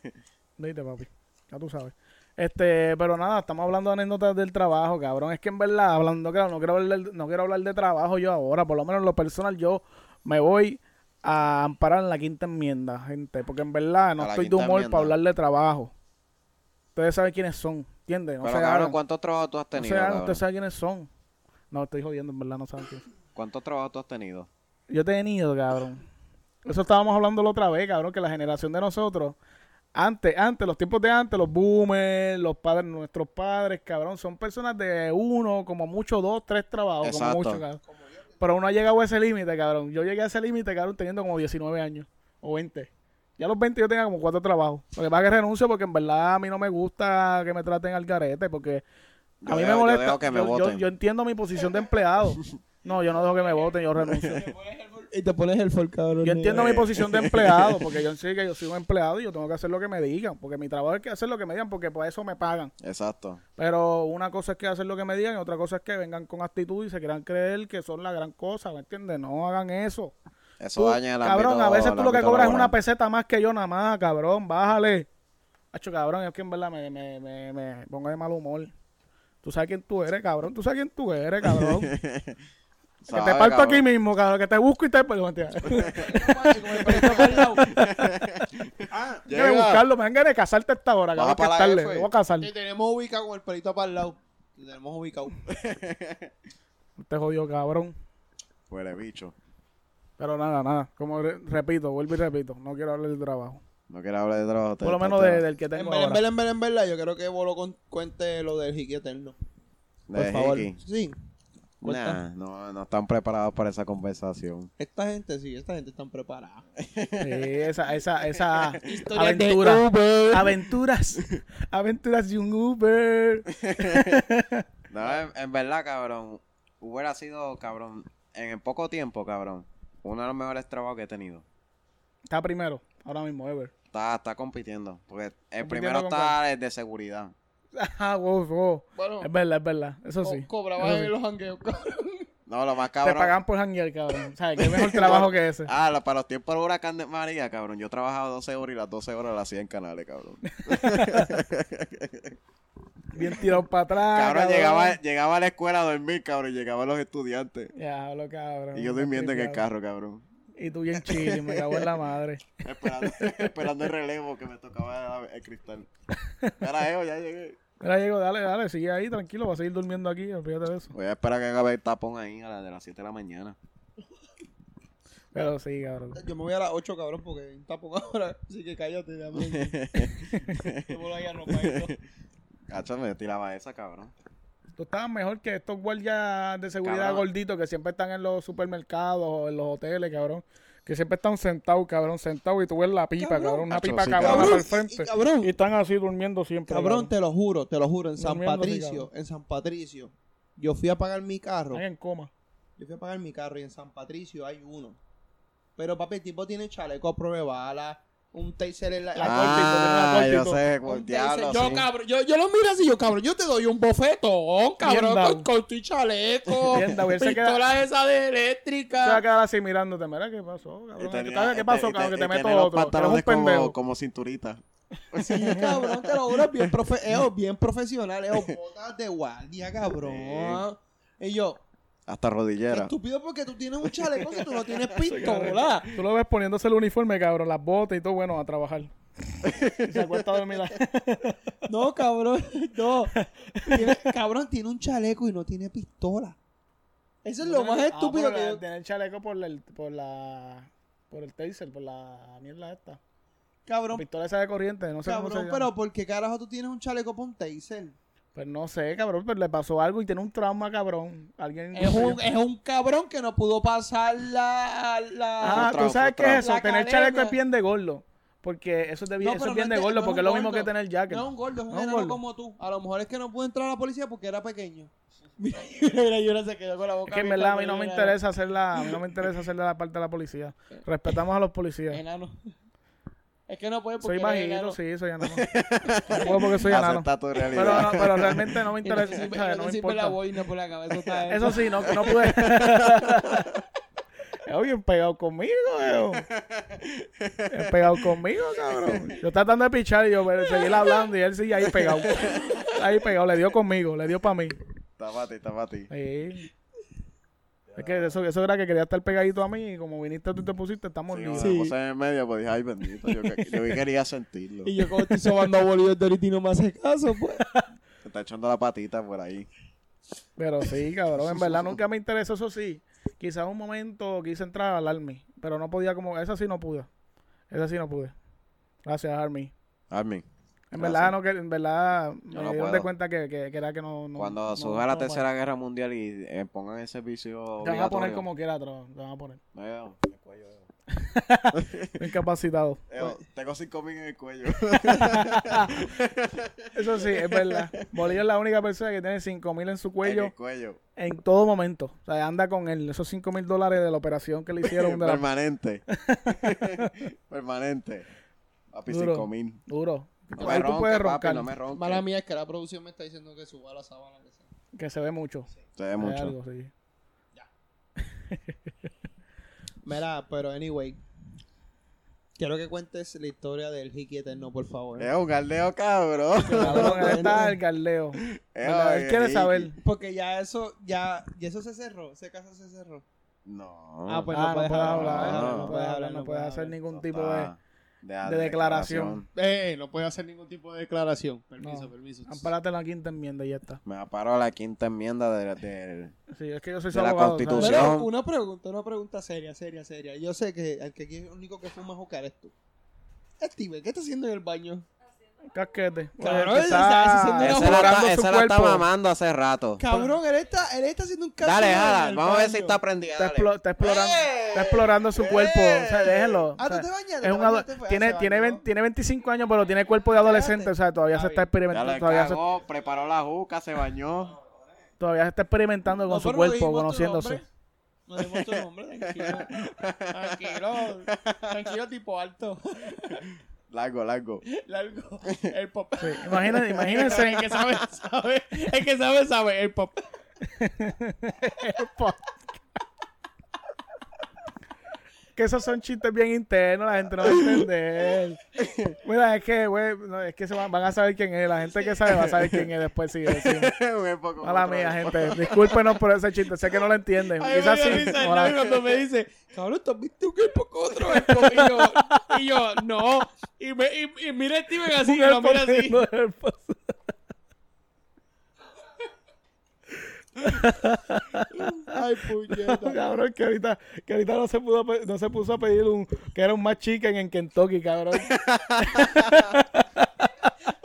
Dite, papi. Ya tú sabes. Este, pero nada, estamos hablando de anécdotas del trabajo, cabrón. Es que en verdad, hablando, claro, no quiero hablar, no quiero hablar de trabajo yo ahora. Por lo menos en lo personal, yo me voy a amparar en la quinta enmienda, gente. Porque en verdad no A la estoy de quinta humor enmienda. para hablar de trabajo. Ustedes saben quiénes son, ¿entiendes? No pero, se cabrón, hagan. ¿cuántos trabajos tú has No se tenido, hagan, cabrón? ustedes saben quiénes son. No, estoy jodiendo, en verdad, no saben quiénes son. ¿Cuántos trabajos tú has tenido? Yo he tenido, cabrón. Eso estábamos hablando la otra vez, cabrón, que la generación de nosotros, antes, antes, los tiempos de antes, los boomers, los padres, nuestros padres, cabrón, son personas de uno, como mucho, dos, tres trabajos, como Exacto. mucho, cabrón. Pero uno ha llegado a ese límite, cabrón. Yo llegué a ese límite, cabrón, teniendo como 19 años o 20. Ya a los 20 yo tenía como cuatro trabajos. Lo que pasa es que renuncio porque en verdad a mí no me gusta que me traten al garete porque Yo A mí me dejo- molesta. Yo dejo que me yo- yo- voten. yo entiendo mi posición de empleado. No, yo no dejo que me voten, yo renuncio. Y te pones el for, cabrón. Yo entiendo mi posición de empleado, porque yo sé que yo soy un empleado y yo tengo que hacer lo que me digan, porque mi trabajo es que hacer lo que me digan, porque por eso me pagan. Exacto. Pero una cosa es que hacer lo que me digan y otra cosa es que vengan con actitud y se quieran creer que son la gran cosa, ¿me entiendes? No hagan eso. Eso Tú, daña el cabrón, ámbito- a veces el tú lo que ámbito cobras es laboral. una peseta más que yo nada más, cabrón, bájale. Hacho, cabrón, es que en verdad me, me, me, me pongo de mal humor. Tú sabes quién tú eres, cabrón, tú sabes quién tú eres, cabrón. que te Sabe, parto cabrón. aquí mismo, cabrón, que te busco y te... pues, Perdón, tía. Ah, Yo voy a llega. buscarlo, me dan ganas de casarte a esta hora, Baja cabrón, que pa' la es tarde, F. me voy a casar. Te tenemos ubicado con el pelito para el lado. Te tenemos ubicado. Te jodió, cabrón. Huele bicho. Pero nada, nada, como re- repito, vuelvo y repito, no quiero hablar del trabajo. No quiero hablar de trabajo. te- Por lo te- menos te- de- del que En tengo verdad, en ahora. verdad, en verdad, en verdad, yo creo que Bolo con- cuente lo del Hiki Eterno. de por favor. Hickey. Sí, Nah, no, no están preparados para esa conversación. esta gente sí, esta gente están preparada. Sí, esa, esa, esa Historia de aventura. Uber. Aventuras. Aventuras de un Uber. No, en, en verdad, cabrón. Hubiera sido, cabrón, en el poco tiempo, cabrón, uno de los mejores trabajos que he tenido. Está primero, ahora mismo, Ever. Está, está compitiendo. Porque el Compitiendo primero con está el de seguridad. Ah, wow, wow. Bueno, Es verdad, es verdad. Eso co- sí. cobraba Eso sí. en los jangueos, cabrón. No, lo más Te cabrón. pagan por janguear, cabrón. O sea, qué mejor trabajo que ese. Ah, la- para los tiempos del huracán de María, cabrón. Yo trabajaba 12 horas y las 12 horas las hacía en canales, cabrón. Bien tirado para atrás. Cabrón, Llegaba, llegaba a la escuela a dormir, cabrón. y Llegaban los estudiantes. Ya, hablo, cabrón. Y yo durmiendo en el Tripeado. carro, cabrón. Y tú bien chile, me cago en la madre. Esperando, esperando el relevo que me tocaba la- el cristal. Ahora, Evo, ya llegué. Mira, Diego, dale, dale, sigue ahí, tranquilo, vas a seguir durmiendo aquí, olvídate de eso. Voy a esperar que acabe el tapón ahí a las de las 7 de la mañana. Pero sí, cabrón. Yo me voy a las 8, cabrón, porque hay un tapón ahora. Así que cállate, dame. Yo me lo voy a ropa y todo. Cacho, me tiraba esa, cabrón. Tú estabas mejor que estos guardias de seguridad Cabrón. gorditos que siempre están en los supermercados o en los hoteles, cabrón. Que siempre están sentados, cabrón, sentados y tú ves la pipa, cabrón, una Cacho, pipa sí, cabrona cabrón. para el frente. Y cabrón. Y están así durmiendo siempre. Cabrón, te lo juro, te lo juro, en San Durmiéndose, Patricio, cabrón. en San Patricio, yo fui a pagar mi carro, Están en coma. yo fui a pagar mi carro y en San Patricio hay uno. Pero papi, el tipo tiene chaleco a prueba de bala, un taser en la... La ah, cortito, tenía la yo cortito. sé, un por taser. diablo, yo, sí. cabrón, yo, yo lo miro así, yo, cabrón, yo te doy un bofetón, cabrón, dado. con, con tu chaleco, Bien dado, él se queda- pistola esa de Te va eléctrica. a quedar así mirándote. Mira, ¿qué pasó, cabrón? Y tenía- ¿Sabes y ¿Qué pasó, y cabrón? Que y te tenía meto los otro. Eres un pantalones como- pendejo. Como, cinturita. Sí, cabrón, te lo juro, es bien, profe es bien profesional, es botas de guardia, cabrón. Y yo, Hasta Qué rodillera. Estúpido porque tú tienes un chaleco si tú no tienes pistola. Tú lo ves poniéndose el uniforme, cabrón, las botas y todo, bueno, a trabajar. Y se acuesta a dormir. No, cabrón, no. Tiene- cabrón, tiene un chaleco y no tiene pistola. Eso es lo más ah, estúpido que yo... Tener chaleco por el, por la... Por el taser, por la mierda esta. Cabrón, Pistola esa de corriente, no sé cómo se cabrón, llama. pero ¿por qué carajo tú tienes un chaleco con taser? Pues no sé, cabrón, pero le pasó algo y tiene un trauma, cabrón. Alguien... Es un, es un cabrón que no pudo pasar la... la Ah, Frustrado, tú sabes qué es eso, frustrado. tener La chaleco cadena. es bien de gordo. Porque eso es, de, No, eso pero es bien no de es de- gordo, no porque es es lo gordo. mismo que tener jacket. No es un gordo, es un No es un enano gordo. como tú. A lo mejor es que no pudo entrar a la policía porque era pequeño. Mira, mira, Yura se quedó con la boca Es que en abierta verdad a mí cuando no me Yura- interesa hacer la, a mí no me interesa hacer la parte de la policía. Respetamos a los policías. Enano. Es que no puede porque Soy eres enano. bajito, sí, soy enano. No puedo porque soy enano. Acepta tu realidad. Pero, no, pero realmente no me Y no interesa, se sirve- ¿sabes? no no se me sirve la importa. boina por la cabeza. está Eso sí, no, no pude. Es bien pegado conmigo, weón. Es pegado conmigo, cabrón. Yo tratando de pichar y yo pero, seguir hablando y él sigue ahí pegado. Ahí pegado, le dio conmigo, le dio para mí. Está para ti, está para ti. Sí. Es que eso, eso era que quería estar pegadito a mí y como viniste tú y te pusiste, estamos Sí, líos. cuando me puse en el medio, pues dije, ay, bendito. Yo, que- yo quería sentirlo. Y yo como estoy sobando a Bolívar de ahorita y no me hace caso, pues. Se está echando la patita por ahí. Pero sí, cabrón, en verdad nunca me interesó, eso sí. Quizás un momento quise entrar al Army, pero no podía como... Esa sí no pude. Esa sí no pude. Gracias, Army. Armin, En Gracias. verdad, no, que, en verdad me no dieron de puedo. cuenta que, que, que era que no... no cuando no- surja no la puedo. tercera guerra mundial y eh, pongan ese vicio Te van a poner obligatorio. como quiera, tro, te van a poner. No, yo- Incapacitado. Yo, tengo cinco mil en el cuello. Eso sí, es verdad. Bolillo es la única persona que tiene 5 mil en su en cuello el cuello. en todo momento. O sea, anda con él. Esos 5 mil dólares de la operación que le hicieron de la- Permanente. Permanente. Papi, Duro. cinco mil. duro. No me Ahí tú puedes ronques, papi, roncar, no me ronques. Mala mía es que la producción me está diciendo que suba la sábana. Que sea. que se ve mucho. Se ve Hay mucho. algo, sí. Mira, pero anyway. Quiero que cuentes la historia del Hiki Eterno, por favor. Es un galdeo, cabrón. Cabrón, él está el galdeo. ¿Verdad? Él quiere saber. Porque ya eso, ya, ya eso se cerró. Ese caso se cerró. No. Ah, pues Ah, no puedes hablar. no, no puedes hablar, no puedes hacer ningún Eso tipo de... está de declaración. Eh, no puedes hacer ningún tipo de declaración. Permiso, No. permiso. Ampárate en la quinta enmienda y ya está. Me aparo a la quinta enmienda del... del- Sí, es que yo soy su De la abogado. ¿sabes? Constitución. Pero una pregunta, una pregunta seria, seria, seria. Yo sé que el que aquí el único que fuma jucar es tú. Steve, ¿qué estás haciendo en el baño? Casquete. Cabrón, Oye, que esa- esa está es Esa la, explorando está, su esa la está cuerpo. mamando hace rato. Cabrón, él está, él está haciendo un caso. Dale, en jala. el Vamos a ver si baño. está prendida. Está, dale. explo- está explorando, ¡Eh! está explorando su ¡Eh! cuerpo. O sea, déjelo. O Ah, sea, ¿tú te bañaste? es ¿Te un bañaste? ado- Fue- ah, tiene, se tiene, bañó. 20 tiene 25 años, pero tiene cuerpo de adolescente. O sea, todavía se está Ya experimentando. le Todavía se, cagó, preparó la juca, se bañó. todavía se está experimentando con No, su pero no cuerpo, dijimos tu conociéndose. nombre. No dimos tu nombre, tranquilo. Tranquilo, tranquilo, tipo alto. Largo, largo. Largo. El pop. Sí, imagínate- imagínense. El que sabe, sabe. El que sabe, sabe. El pop. que esos son chistes bien internos, la gente no va a entender. Mira, es que, güey, no, es que se van, van a saber quién es. La gente que sabe va a saber quién es después. Sí, sí. Un poco Mala otro mía, vez. gente. Discúlpenos por ese chiste. Sé que no lo entienden. Ay, me Quizás dio sí. risa el Ojalá. novio cuando me dice, cabrón, ¿tú has visto un elpo con otro elpo? Y yo, y yo, no. Y, me, y, y mira a Steven así, y lo mira así. Ay, puñeta. Cabrón, que ahorita, que ahorita no, se pudo, pe- no se puso a pedir un que era un más chicken en Kentucky, cabrón.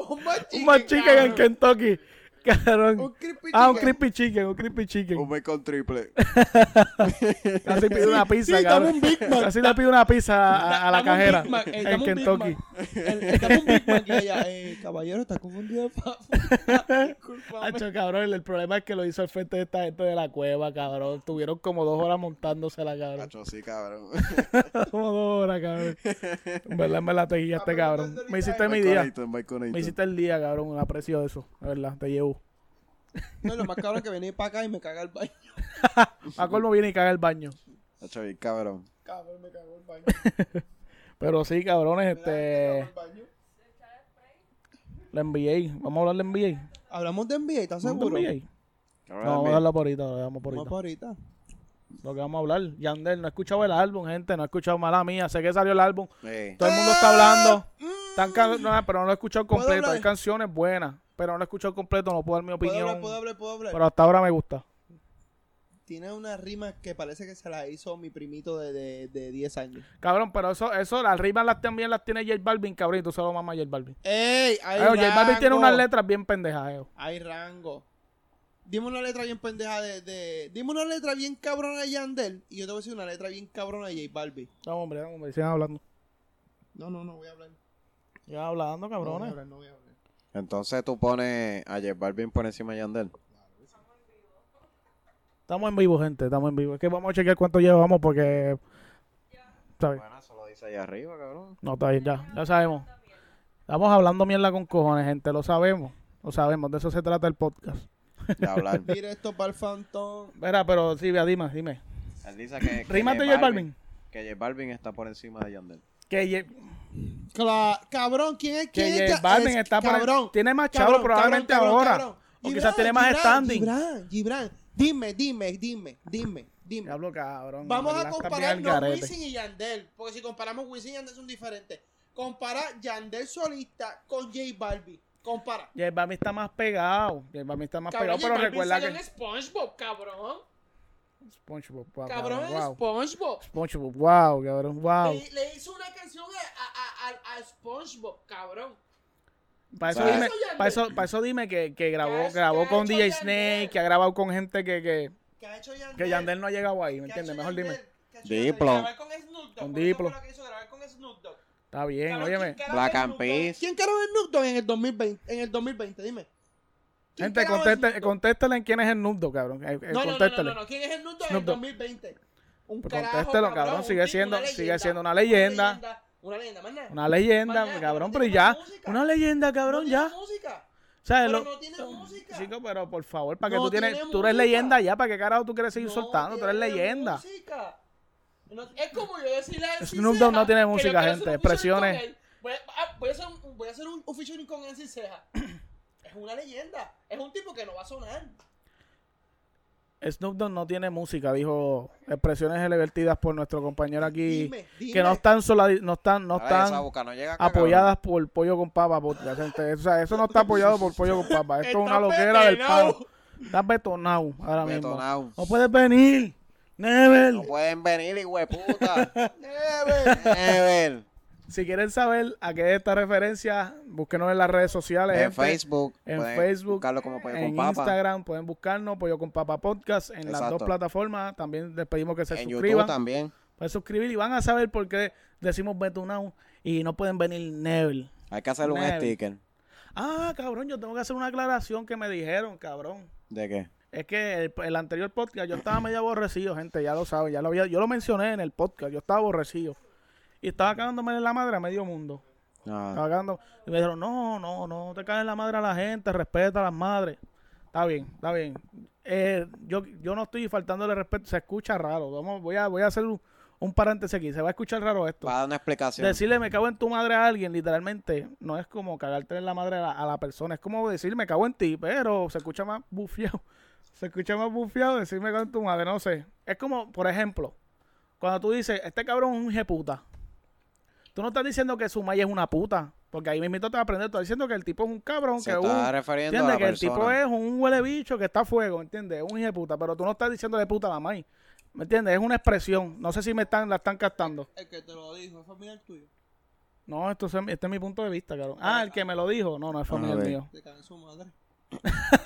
Un machique, Un más chicken en cabrón. Kentucky. Un Cabrón. creepy Ah, un chicken. crispy chicken, un crispy Un chicken. bacon triple. Casi pide una pizza, sí, dame cabrón. un Big Mac. Casi le pide una pizza a, a la Dame un Big cajera Mac, eh, dame en un Big Kentucky. Mac. Eh, Dame un Big Mac y ella, eh, caballero, está confundido. Disculpame. Hacho, cabrón, el, el problema es que lo hizo al frente de esta gente de la cueva, cabrón. Tuvieron como dos horas montándosela, cabrón. Cacho, sí, cabrón. Como dos horas, cabrón. En verdad me la te guillaste, cabrón. Me hiciste mi día. Baconito, un baconito. Me hiciste el día, cabrón. Un aprecio de eso. La verdad, te llevo. No, lo más cabrón es que venía para acá y me caga el baño. A colmo viene y caga el baño. Cacho, bien cabrón. Cabrón, me cagó el baño. Pero sí, cabrones, Me este. cagó el baño. La NBA. Vamos a hablar de NBA. Hablamos de NBA, ¿estás seguro? ¿Seguro? NBA? No, Cabrón, vamos a bien. hablarlo por ahorita. Lo dejamos por Vamos ahorita. para ahorita. Lo que vamos a hablar. Yandel, no he escuchado el álbum, gente. No he escuchado mala mía. Sé que salió el álbum. Sí. Todo el mundo está hablando. Están can- no, pero no lo he escuchado Eh, ¿Puedo completo. hablar? Hay canciones buenas, pero no lo he escuchado completo. No puedo dar mi Puedo opinión. hablar, puedo hablar, puedo hablar. Pero hasta ahora me gusta. Tiene unas rimas que parece que se las hizo mi primito de, de, de 10 años. Cabrón, pero eso, eso, las rimas las también las tiene J Balvin, cabrón, y tú solo mamas a J Balvin. ¡Ey! Hay Ay, J rango. Balvin tiene unas letras bien pendejas, eh. Hay rango. Dime una letra bien pendeja de, de... Dime una letra bien cabrona de Yandel y yo te voy a decir una letra bien cabrona de J Balbi. No, hombre, no, hombre, sigan hablando. No, no, no voy a hablar. No Sigan hablando, voy a cabrones. hablar, no voy a hablar. Entonces tú pones a J Balvin por encima de Yandel. Estamos en vivo, gente, estamos en vivo. Es que vamos a chequear cuánto llevamos porque. ¿Sabes? Bueno, eso lo dice allá arriba, cabrón. No, está bien, ya, ya sabemos. Estamos hablando mierda con cojones, gente, lo sabemos. Lo sabemos, de eso se trata el podcast. De hablar. Directo para el Phantom. Mira, pero sí, vea, dime, dime. Él dice que. que Rímate, J Balvin. Que J Balvin está por encima de Yandel. Que J Cla- cabrón, ¿quién es? que ¿Quién es J ya- Balvin es- está por cabrón, tiene más chavo cabrón, probablemente cabrón, cabrón, ahora cabrón. o quizás Gibran, tiene más Gibran, standing Gibran, Gibran, dime, dime, dime, dime, dime. Diablo, cabrón Vamos a compararnos compararnos Wisin y Yandel, porque si comparamos Wisin y Yandel son diferentes. Compara Yandel solista con J Balbi. Compara. J Balvin está más pegado J Balvin está más Cabrón, pegado Ah, pero recuerda que SpongeBob, cabrón. SpongeBob wow, Cabrón, en Ah, wow. SpongeBob. SpongeBob wow cabrón wow Le, le hizo una canción a, a, a, a SpongeBob, cabrón. para eso ¿Qué dime hizo Yandel? para eso, para eso dime que, que grabó ¿Qué ha- grabó qué ha con hecho DJ Yandel? Snake que ha grabado con gente que que, ¿Qué ha hecho Yandel? que Yandel no ha llegado ahí ¿Qué ¿me ha entiendes? hecho mejor dime Yandel? ¿Qué ha Diplo. Grabar con Snoop Dogg. Con ¿Por qué Diplo. fue lo que hizo grabar con Snoop Dogg? Está bien, Cabrón, óyeme. ¿quién carajo Black es and Snoop Dogg? Peace. ¿Quién carajo es Snoop Dogg en el 2020? En el 2020, dime. ¿Quién Gente, carajo es contéste- Snoop Dogg? contéstele en quién es el nudo, cabrón. Eh, No, eh, no, no, no, contéstele. no, no. ¿Quién es el Snoop Dogg en Snoop el Dogg. 2020? Un Pues carajo, contéstelo, cabrón, un sigue tipo, siendo- una sigue leyenda, siendo una leyenda. Una leyenda, más nada. Una leyenda, Mañana, cabrón, no pero tiene ya. música. Una leyenda, cabrón, No ya. tiene música. ¿Sabes? Pero lo- no tiene música. Chico, pero por favor, para que No tú tienes. tiene Tú eres música. leyenda ya, ¿para qué carajo tú quieres seguir No soltando? Tú eres tiene leyenda. música. No- es como yo decirle a Snoop Dogg ah, no tiene música, gente, Expresiones. presiones. Voy a, ah, voy a hacer un, voy a hacer un, un featuring con Nancy Ceja. es una leyenda. Es un tipo que no va a sonar. Snoop Dogg no tiene música, dijo expresiones revertidas por nuestro compañero aquí. Dime, dime. que no están sola, no están, no Ahora esa están boca no llega acá, apoyadas por Pollo con Papa podcast, gente. O sea, eso no está apoyado por Pollo con Papa. Esto es una loquera del palo. Estás betonado ahora cabrón. mismo. Betonao. No puedes venir. Never. No pueden venir, hijo de puta. Never. Never. Si quieren saber a qué es esta referencia, búsquenos en las redes sociales. En gente. Facebook. en pueden Facebook, Buscarlo como Pollo En con Papa. Instagram pueden buscarnos Pollo con Papa Podcast en las Exacto. dos plataformas. También les pedimos que se En YouTube suscriban. también. Pueden suscribir y van a saber por qué decimos Betunau y no pueden venir Never. Hay que hacer un Never. sticker. Ah, cabrón, yo tengo que hacer una aclaración que me dijeron, cabrón. ¿De qué? Es que el, el anterior podcast yo estaba medio aborrecido, gente, ya lo saben, ya lo había, yo lo mencioné en el podcast, yo estaba aborrecido. Y estaba cagándome en la madre a medio mundo. Ah, Estaba cagando. Y me dijeron, no, no, no, te caes en la madre a la gente, respeta a las madres. Está bien, está bien. Eh, yo, yo no estoy faltándole respeto, se escucha raro. Vamos, voy a, voy a hacer un, un paréntesis aquí, se va a escuchar raro esto. va a dar una explicación. Decirle me cago en tu madre a alguien, literalmente, no es como cagarte en la madre a la, a la persona, es como decir me cago en ti, pero se escucha más bufiado. Se escucha más bufiado decir me cago en tu madre, no sé. Es como, por ejemplo, cuando tú dices, este cabrón es un jeputa. Tú no estás diciendo que su maya es una puta, porque ahí mismo te vas a aprender, estás diciendo que el tipo es un cabrón, Se que es está un- refiriendo a ¿Entiendes? la Que el persona. tipo es un huele bicho que está a fuego, ¿entiendes? Un hijo de puta, pero tú no estás diciendo de puta a la mai. ¿Me entiendes? Es una expresión. No sé si me están, la están captando. El que te lo dijo es familiar tuyo. No, esto es, este es mi punto de vista, cabrón. Ah, el que me lo dijo. No, no es familiar ok. mío. Te cae en su madre.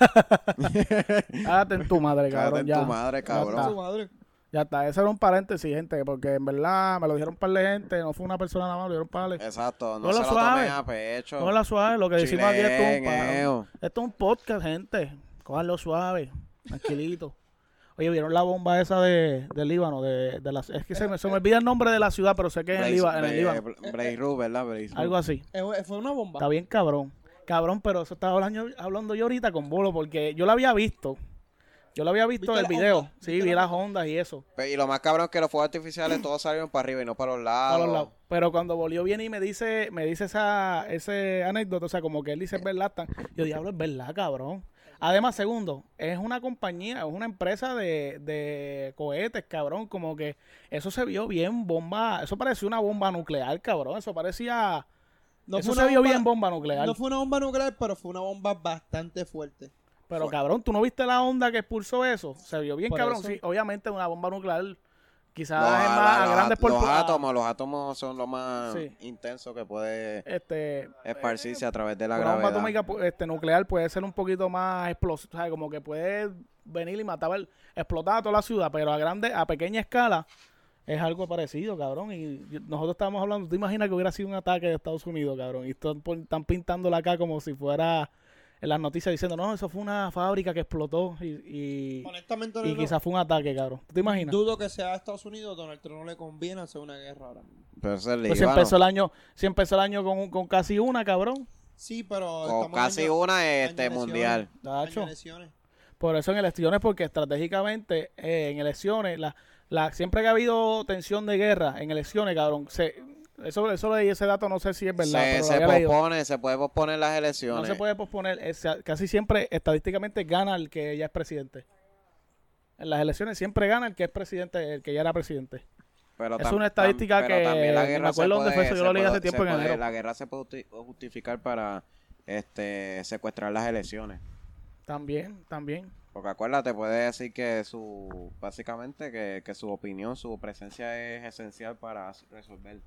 Cágate en tu madre, Cágate cabrón. en ya. tu madre, cabrón. está. Su madre. Ya está. Ese era un paréntesis, gente, porque en verdad me lo dijeron un par de gente. No fue una persona nada más, me lo dijeron par de. Exacto, no Hola, se lo suave. tomen a pecho. No la suave, lo que decimos aquí esto es un pa- Chileneo. Esto es un podcast, gente. Cójanlo suave, tranquilito. Oye, ¿vieron la bomba esa de, de Líbano? De, de las, es que se me, se me olvida el nombre de la ciudad, pero sé que es en, Blaze- Líba- en el Bla- Líbano. Bla- Beirut, ¿verdad? Beirut. Algo así. Eh, Fue una bomba. Está bien cabrón. Cabrón, pero eso estaba hablando, hablando yo ahorita con Bolo porque yo lo había visto. Yo lo había visto ¿Viste el las video. ondas? Sí, ¿Viste vi las las ondas y eso. Pe- Y lo más cabrón es que los fuegos artificiales todos salieron para arriba y no para los lados. a los lados. Pero cuando Bolio viene y me dice, me dice esa ese anécdota, o sea, como que él dice es verdad, tan- yo diablo, es verdad, cabrón. Además, segundo, es una compañía, es una empresa de, de cohetes, cabrón. Como que eso se vio bien bomba, eso parecía una bomba nuclear, cabrón. Eso parecía, No eso fue una se vio bomba- bien bomba nuclear. No fue una bomba nuclear, pero fue una bomba bastante fuerte. Pero cabrón, ¿tú no viste la onda que expulsó eso? Se vio bien Por cabrón. eso. Sí, obviamente una bomba nuclear quizás Los, es a- más a los a- grandes los portu- átomos, los átomos son lo más Sí. intenso que puede Este, esparcirse a través de la una bomba gravedad. atómica pu- este, nuclear puede ser un poquito más explosiva, ¿sabes? como que puede venir y matar, al- explotar a toda la ciudad, pero a grande, a pequeña escala es algo parecido, cabrón. Y yo- nosotros estábamos hablando, ¿tú imaginas que hubiera sido un ataque de Estados Unidos, cabrón? Y están, pon- están pintándola acá como si fuera en las noticias diciendo, no, eso fue una fábrica que explotó y, y- Honestamente, no, y no- quizás fue un ataque, cabrón. ¿Tú te imaginas? dudo que sea Estados Unidos. Donald Trump no le conviene hacer una guerra ahora mismo. Pero eso es Pues si Líbano. empezó el año, si empezó el año con, un- con casi una, cabrón. Sí, pero. o estamos casi año- una año este elecciones, mundial. año Tacho. elecciones. Por eso en elecciones, porque estratégicamente eh, en elecciones, la, la, siempre que ha habido tensión de guerra en elecciones, cabrón, se, eso, eso leí ese dato, no sé si es verdad. Se, pero se eh. lo había leído. pospone, se puede posponer las no elecciones. se puede posponer. es- casi siempre estadísticamente gana el que ya es presidente. En las elecciones siempre gana el que es presidente, el que ya era presidente. Pero Es tam- una estadística pero que también ni me se acuerdo dónde fue eso, yo se lo leí hace puede- tiempo se en puede- enero. La guerra se puede justi- justificar para este secuestrar las elecciones. También, también. Porque acuérdate, puede decir que su, básicamente, que, que su opinión, su presencia es esencial para s- resolver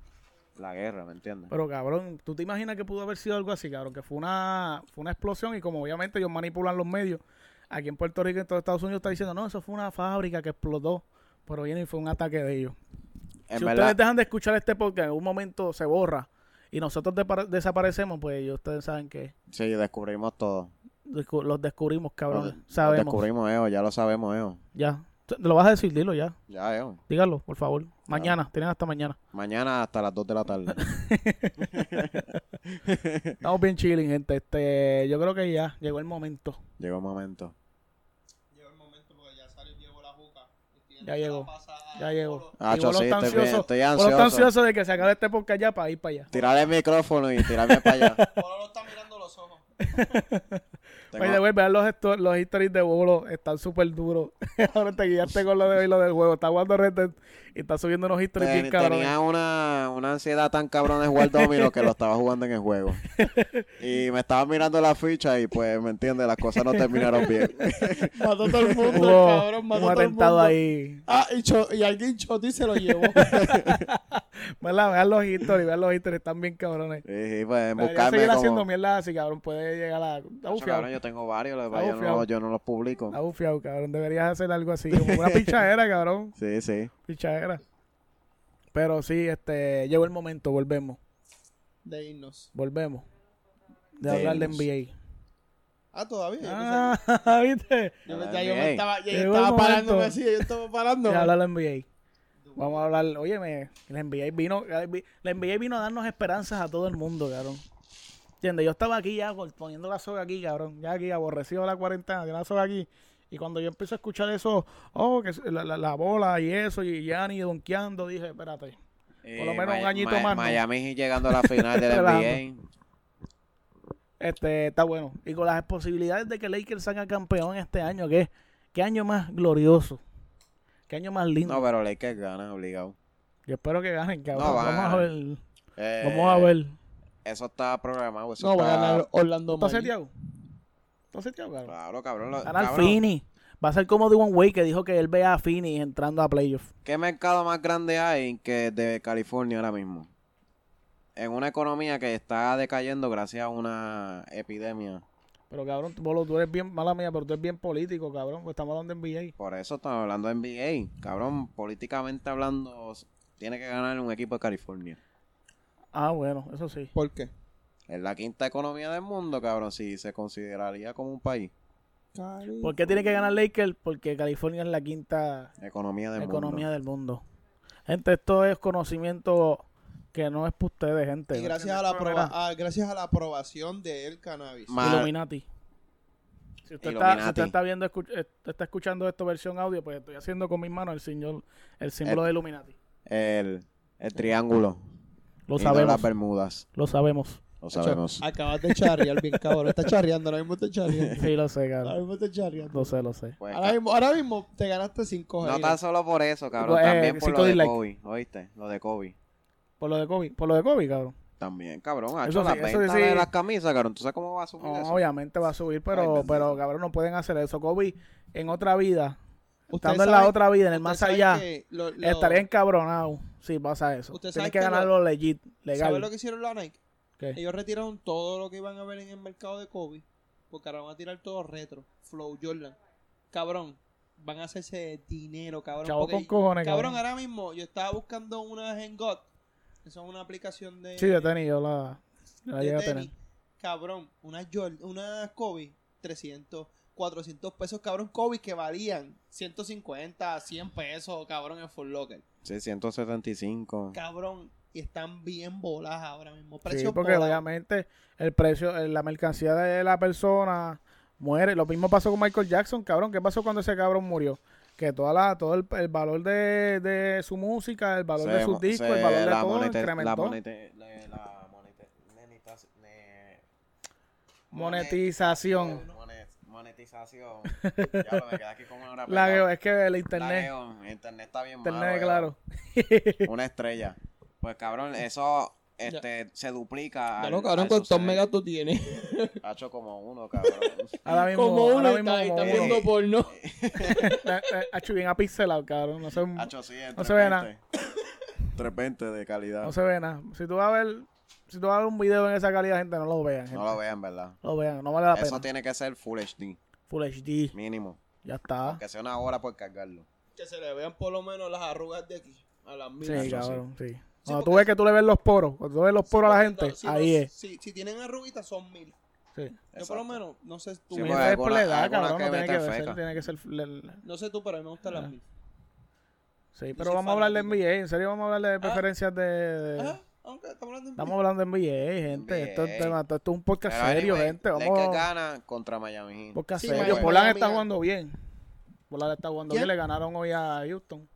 la guerra, ¿me entiendes? Pero cabrón, ¿tú te imaginas que pudo haber sido algo así, cabrón? Que fue una, fue una explosión y como obviamente ellos manipulan los medios, aquí en Puerto Rico y en todos Estados Unidos está diciendo, no, eso fue una fábrica que explotó. Pero Jenny fue un ataque de ellos. En si verdad, ustedes dejan de escuchar este podcast, en un momento se borra y nosotros depara- desaparecemos, pues ellos ustedes saben que sí, descubrimos todo. descu- los descubrimos, cabrón. Los de- los Sabemos. descubrimos, Eo, ya lo sabemos, Eo. Ya. Te te lo vas a decir, dilo ya. Ya, Eo. Dígalo, por favor. Ah. Mañana, tienen hasta mañana. Mañana hasta las 2 de la tarde. Estamos bien chilling, gente. Este, yo creo que ya llegó el momento. Llegó el momento. Llegó el momento porque ya salió Diego la boca. Ya llegó. Ya llegó. Ah, Llegó yo sí, los estoy, bien, ansiosos. estoy Por lo tan ansioso. ansioso de que se acabe este podcast ya para ir para allá. Tirar el micrófono y tirarme para allá. Ah. Polo lo está mirando los ojos. Tengo- Oye, güey, vean los, esto- los histories de Bolo, están súper duros. Ahora te guiaste con lo de hoy, lo del juego. Está jugando Red Dead y está subiendo unos historias ten- bien cabrones. tenía una, una ansiedad tan cabrona de jugar domino que lo estaba jugando en el juego. Y me estaba mirando la ficha y pues, ¿me entiendes? Las cosas no terminaron bien. Mató todo el mundo, Hubo el cabrón. Mató un todo el atentado mundo. ahí. Ah, y, cho- y alguien chotó y se lo llevó. ¿Verdad? Vean los histories, vean los histories, están bien cabrones. Y, y, Debería pues, seguir buscarme haciendo como... mierda así, cabrón. Puede llegar a... Está Chacho, cabrón, bufiado. yo tengo varios, lo Está que pasa, yo, no, bufiado. yo no los publico. Está bufiado, cabrón. Deberías hacer algo así, como una pichadera, cabrón. Sí, sí. Pichadera. Pero sí, este, llegó el momento, volvemos. De irnos. Volvemos. De De hablar de los- NBA. Ah, todavía. Yo pensaba Ah, pues, ¿viste? que- yo, pensaba- yo me Ey. estaba, yo Llegó el estaba momento. parándome así, yo estaba De parándome. hablar de NBA. Vamos a hablar, oye, la NBA vino, la NBA vino a darnos esperanzas a todo el mundo, cabrón. ¿Entiendes? Yo estaba aquí ya col- poniendo la soga aquí, cabrón. Ya aquí, aborrecido de la cuarentena, tenía la soga aquí. Y cuando yo empecé a escuchar eso, oh, que s- la, la- la bola y eso, y Yanni donkeando, dije, espérate. Por lo Y menos un Maya- añito Ma- más, ¿no? Miami Heat llegando a la final del Relajando. NBA. Este, está bueno. Y con las posibilidades de que Lakers salga campeón este año, ¿qué? ¿Qué año más glorioso? ¿Qué año más lindo? No, pero Lakers gana, obligado. Yo espero que ganen, cabrón. No, van a Vamos a ganar. ver. Eh, Vamos a ver. Eso está programado. Eso No, va a está... ganar Orlando ¿Está Magic. Santiago? ¿Está Santiago, cabrón? Claro, cabrón. Ah, lo- Ganar cabrón, Fini. Va a ser como de One Way que dijo que él ve a Fini entrando a playoffs. ¿Qué mercado más grande hay que de California ahora mismo? En una economía que está decayendo gracias a una epidemia. Pero cabrón, tú- Bolo, tú eres bien, mala mía, pero tú eres bien político, cabrón. Pues estamos hablando de NBA. Por eso estamos hablando de NBA. Cabrón, políticamente hablando, s- tiene que ganar un equipo de California. Ah, bueno, eso sí. ¿Por qué? Es la quinta economía del mundo, cabrón, si se consideraría como un país. ¿Por qué tiene que ganar Lakers? Porque California es la quinta Economía del economía mundo. del mundo. Gente, esto es conocimiento que no es para ustedes, gente. Y gracias a, la aproba- ah, gracias a la aprobación de el cannabis. Ma- Illuminati. Si usted, Está, si Illuminati. usted está viendo, escu- eh, está escuchando esto versión audio, pues estoy haciendo con mis manos el, señor, el símbolo Eh, de Illuminati. El, el triángulo. Lo y no las sabemos, Bermudas. lo sabemos. Lo Chacho, sabemos. Acabas de charrear bien cabrón. Está charreando, ahora mismo está charreando. Sí, lo sé, cabrón. Ahora mismo está charreando. Lo sé, lo sé. Pues, Ahora mismo, ahora mismo te ganaste 5 No tan solo por eso, cabrón. Pues, eh, también por cinco lo de dislikes. Kobe. ¿Oíste? Lo de Kobe. Por lo de Kobe, por lo de Kobe, cabrón. También, cabrón. Ha Eso hecho sí, las eso ventas sí. de las camisas, cabrón. ¿Tú sabes cómo va a subir No, eso? obviamente va a subir, Ay, pero, bendito. pero cabrón, no pueden hacer eso. Kobe en otra vida, Ustedes estando en la saben- otra vida, en el ustedes más saben allá, que lo- lo- estaría encabronado si pasa eso. Usted Tienen sabe que que ganarlo legit, ¿Sabes lo legal. que hicieron la Nike? ¿Qué? Ellos retiraron todo lo que iban a ver en el mercado de Kobe. Porque ahora van a tirar todo retro. Flow Jordan. Cabrón. Van a hacerse dinero, cabrón. Chavo porque- con cojones, cabrón, cabrón. ahora mismo yo estaba buscando una Hengot. Eso es una aplicación de. Sí, de tenis, yo la, yo la de llegué a tener. tenis. Cabrón, una, Jordan, una Kobe, 300, 400 pesos, cabrón, Kobe que valían 150, 100 pesos, cabrón, en Full Locker. 675. Cabrón, y están bien voladas ahora mismo. Sí, Precios porque volados. obviamente el precio, eh, la mercancía de la persona muere. Lo mismo pasó con Michael Jackson, cabrón. ¿Qué pasó cuando ese cabrón murió? Que toda la, todo el, el valor de, de su música, el valor de Se- sus discos, se- el valor de la todo monete- La incrementó. monete- le- la monete- nenita- ne- Monetización. monet- Monetización. ya lo me quedé aquí como ahora. Lagueo, es que el internet, Lagueo. Internet está bien malo, internet, eh. claro. Una estrella. Pues, cabrón, eso este, se duplica. Ya al- lo cabrón, al ¿cuántos suceder. megas tú tienes? Ha hecho como uno, cabrón. Ahora mismo, Como uno ahora y mismo, está, y está como- viendo porno. eh, eh, hacho, bien apixelado, cabrón. No se, Ha hecho así, el No se ve 320. 320 de calidad. no No, se ve nada. Si tú vas a ver, si tú vas a ver un video en esa calidad, gente, no lo vean. gente. lo vean, ¿verdad? No lo vean, no vale la Eso pena. tiene que ser Full HD, Full HD, mínimo. ya está. Aunque sea una hora por cargarlo. que se le vean por lo menos las arrugas de aquí. A las minas. Sí, no sé. cabrón, sí. Cuando tú porque- ves que tú le ves los poros, cuando tú ves los Sí, poros a la porque gente, to- si ahí no- es. Si, si tienen arruguitas son mil. Sí. Yo por Exacto. lo menos, no sé tú. Sí, Mira, porque es por la alguna- edad, alguna cabrón, no que tiene que meten ver, feca. tiene que ser... le- le- No sé tú, pero a mí me gustan Ah. las mil. Sí, Yo pero soy vamos a hablar de fanático. NBA, en serio vamos a hablar de preferencias de... de- Ajá, aunque estamos hablando de Estamos hablando de NBA, gente. Esto, es NBA. tema, esto, esto es un podcast Pero serio, anyway, gente. Lakers Vamos a gana contra Miami Heat. podcast Sí, serio. Miami- Polan Miami está gana. jugando bien. Polan está jugando ¿Quién? bien. Le ganaron hoy a Houston.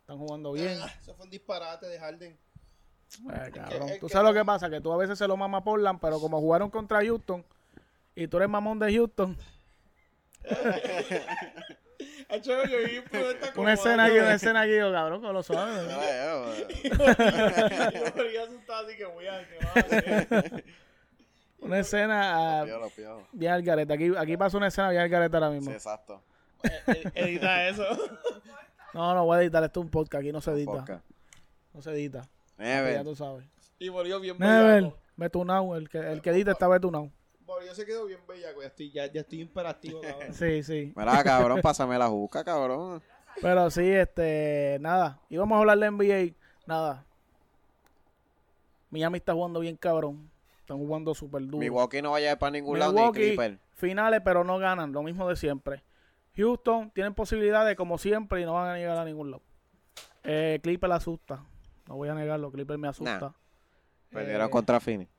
Están jugando bien. Ah, Eso fue un disparate de Harden. Eh, cabrón. es Tú que- sabes lo que pasa, que tú a veces se lo mama a Portland, pero como jugaron contra Houston y tú eres mamón de Houston, Ah, chévere, yo vi, pero está como- una escena aquí, una escena aquí, yo, cabrón, con los suaves. eh, Yo me asustado, así que voy a... que va a hacer? Una escena ah, Yo lo piojo. bien al garete. Aquí, aquí pasa una escena bien al garete ahora mismo. Sí, exacto. Eh, Edita eso. No, no voy a editar. Esto es un podcast. Aquí no se edita. Poca. No se edita. Ya Never. tú sabes. Y volvió bien Never. bellaco. Betunau. El que, el que edita está Betunau. Volvió se quedó bien bellaco. Ya estoy, ya, ya estoy imperativo, cabrón. Sí, sí. Mira, cabrón, pásame la juca, cabrón. Pero sí, este, nada. Íbamos a hablar de NBA. Nada. Miami está jugando bien cabrón. Están jugando súper duro. Milwaukee no vaya para ningún lado ni Milwaukee, Clipper. finales, pero no ganan. Lo mismo de siempre. Houston tienen posibilidades como siempre y no van a llegar a ningún lado. Eh, Clipper asusta. No voy a negarlo. Clipper me asusta. Perdieron Eh, contra Phoenix.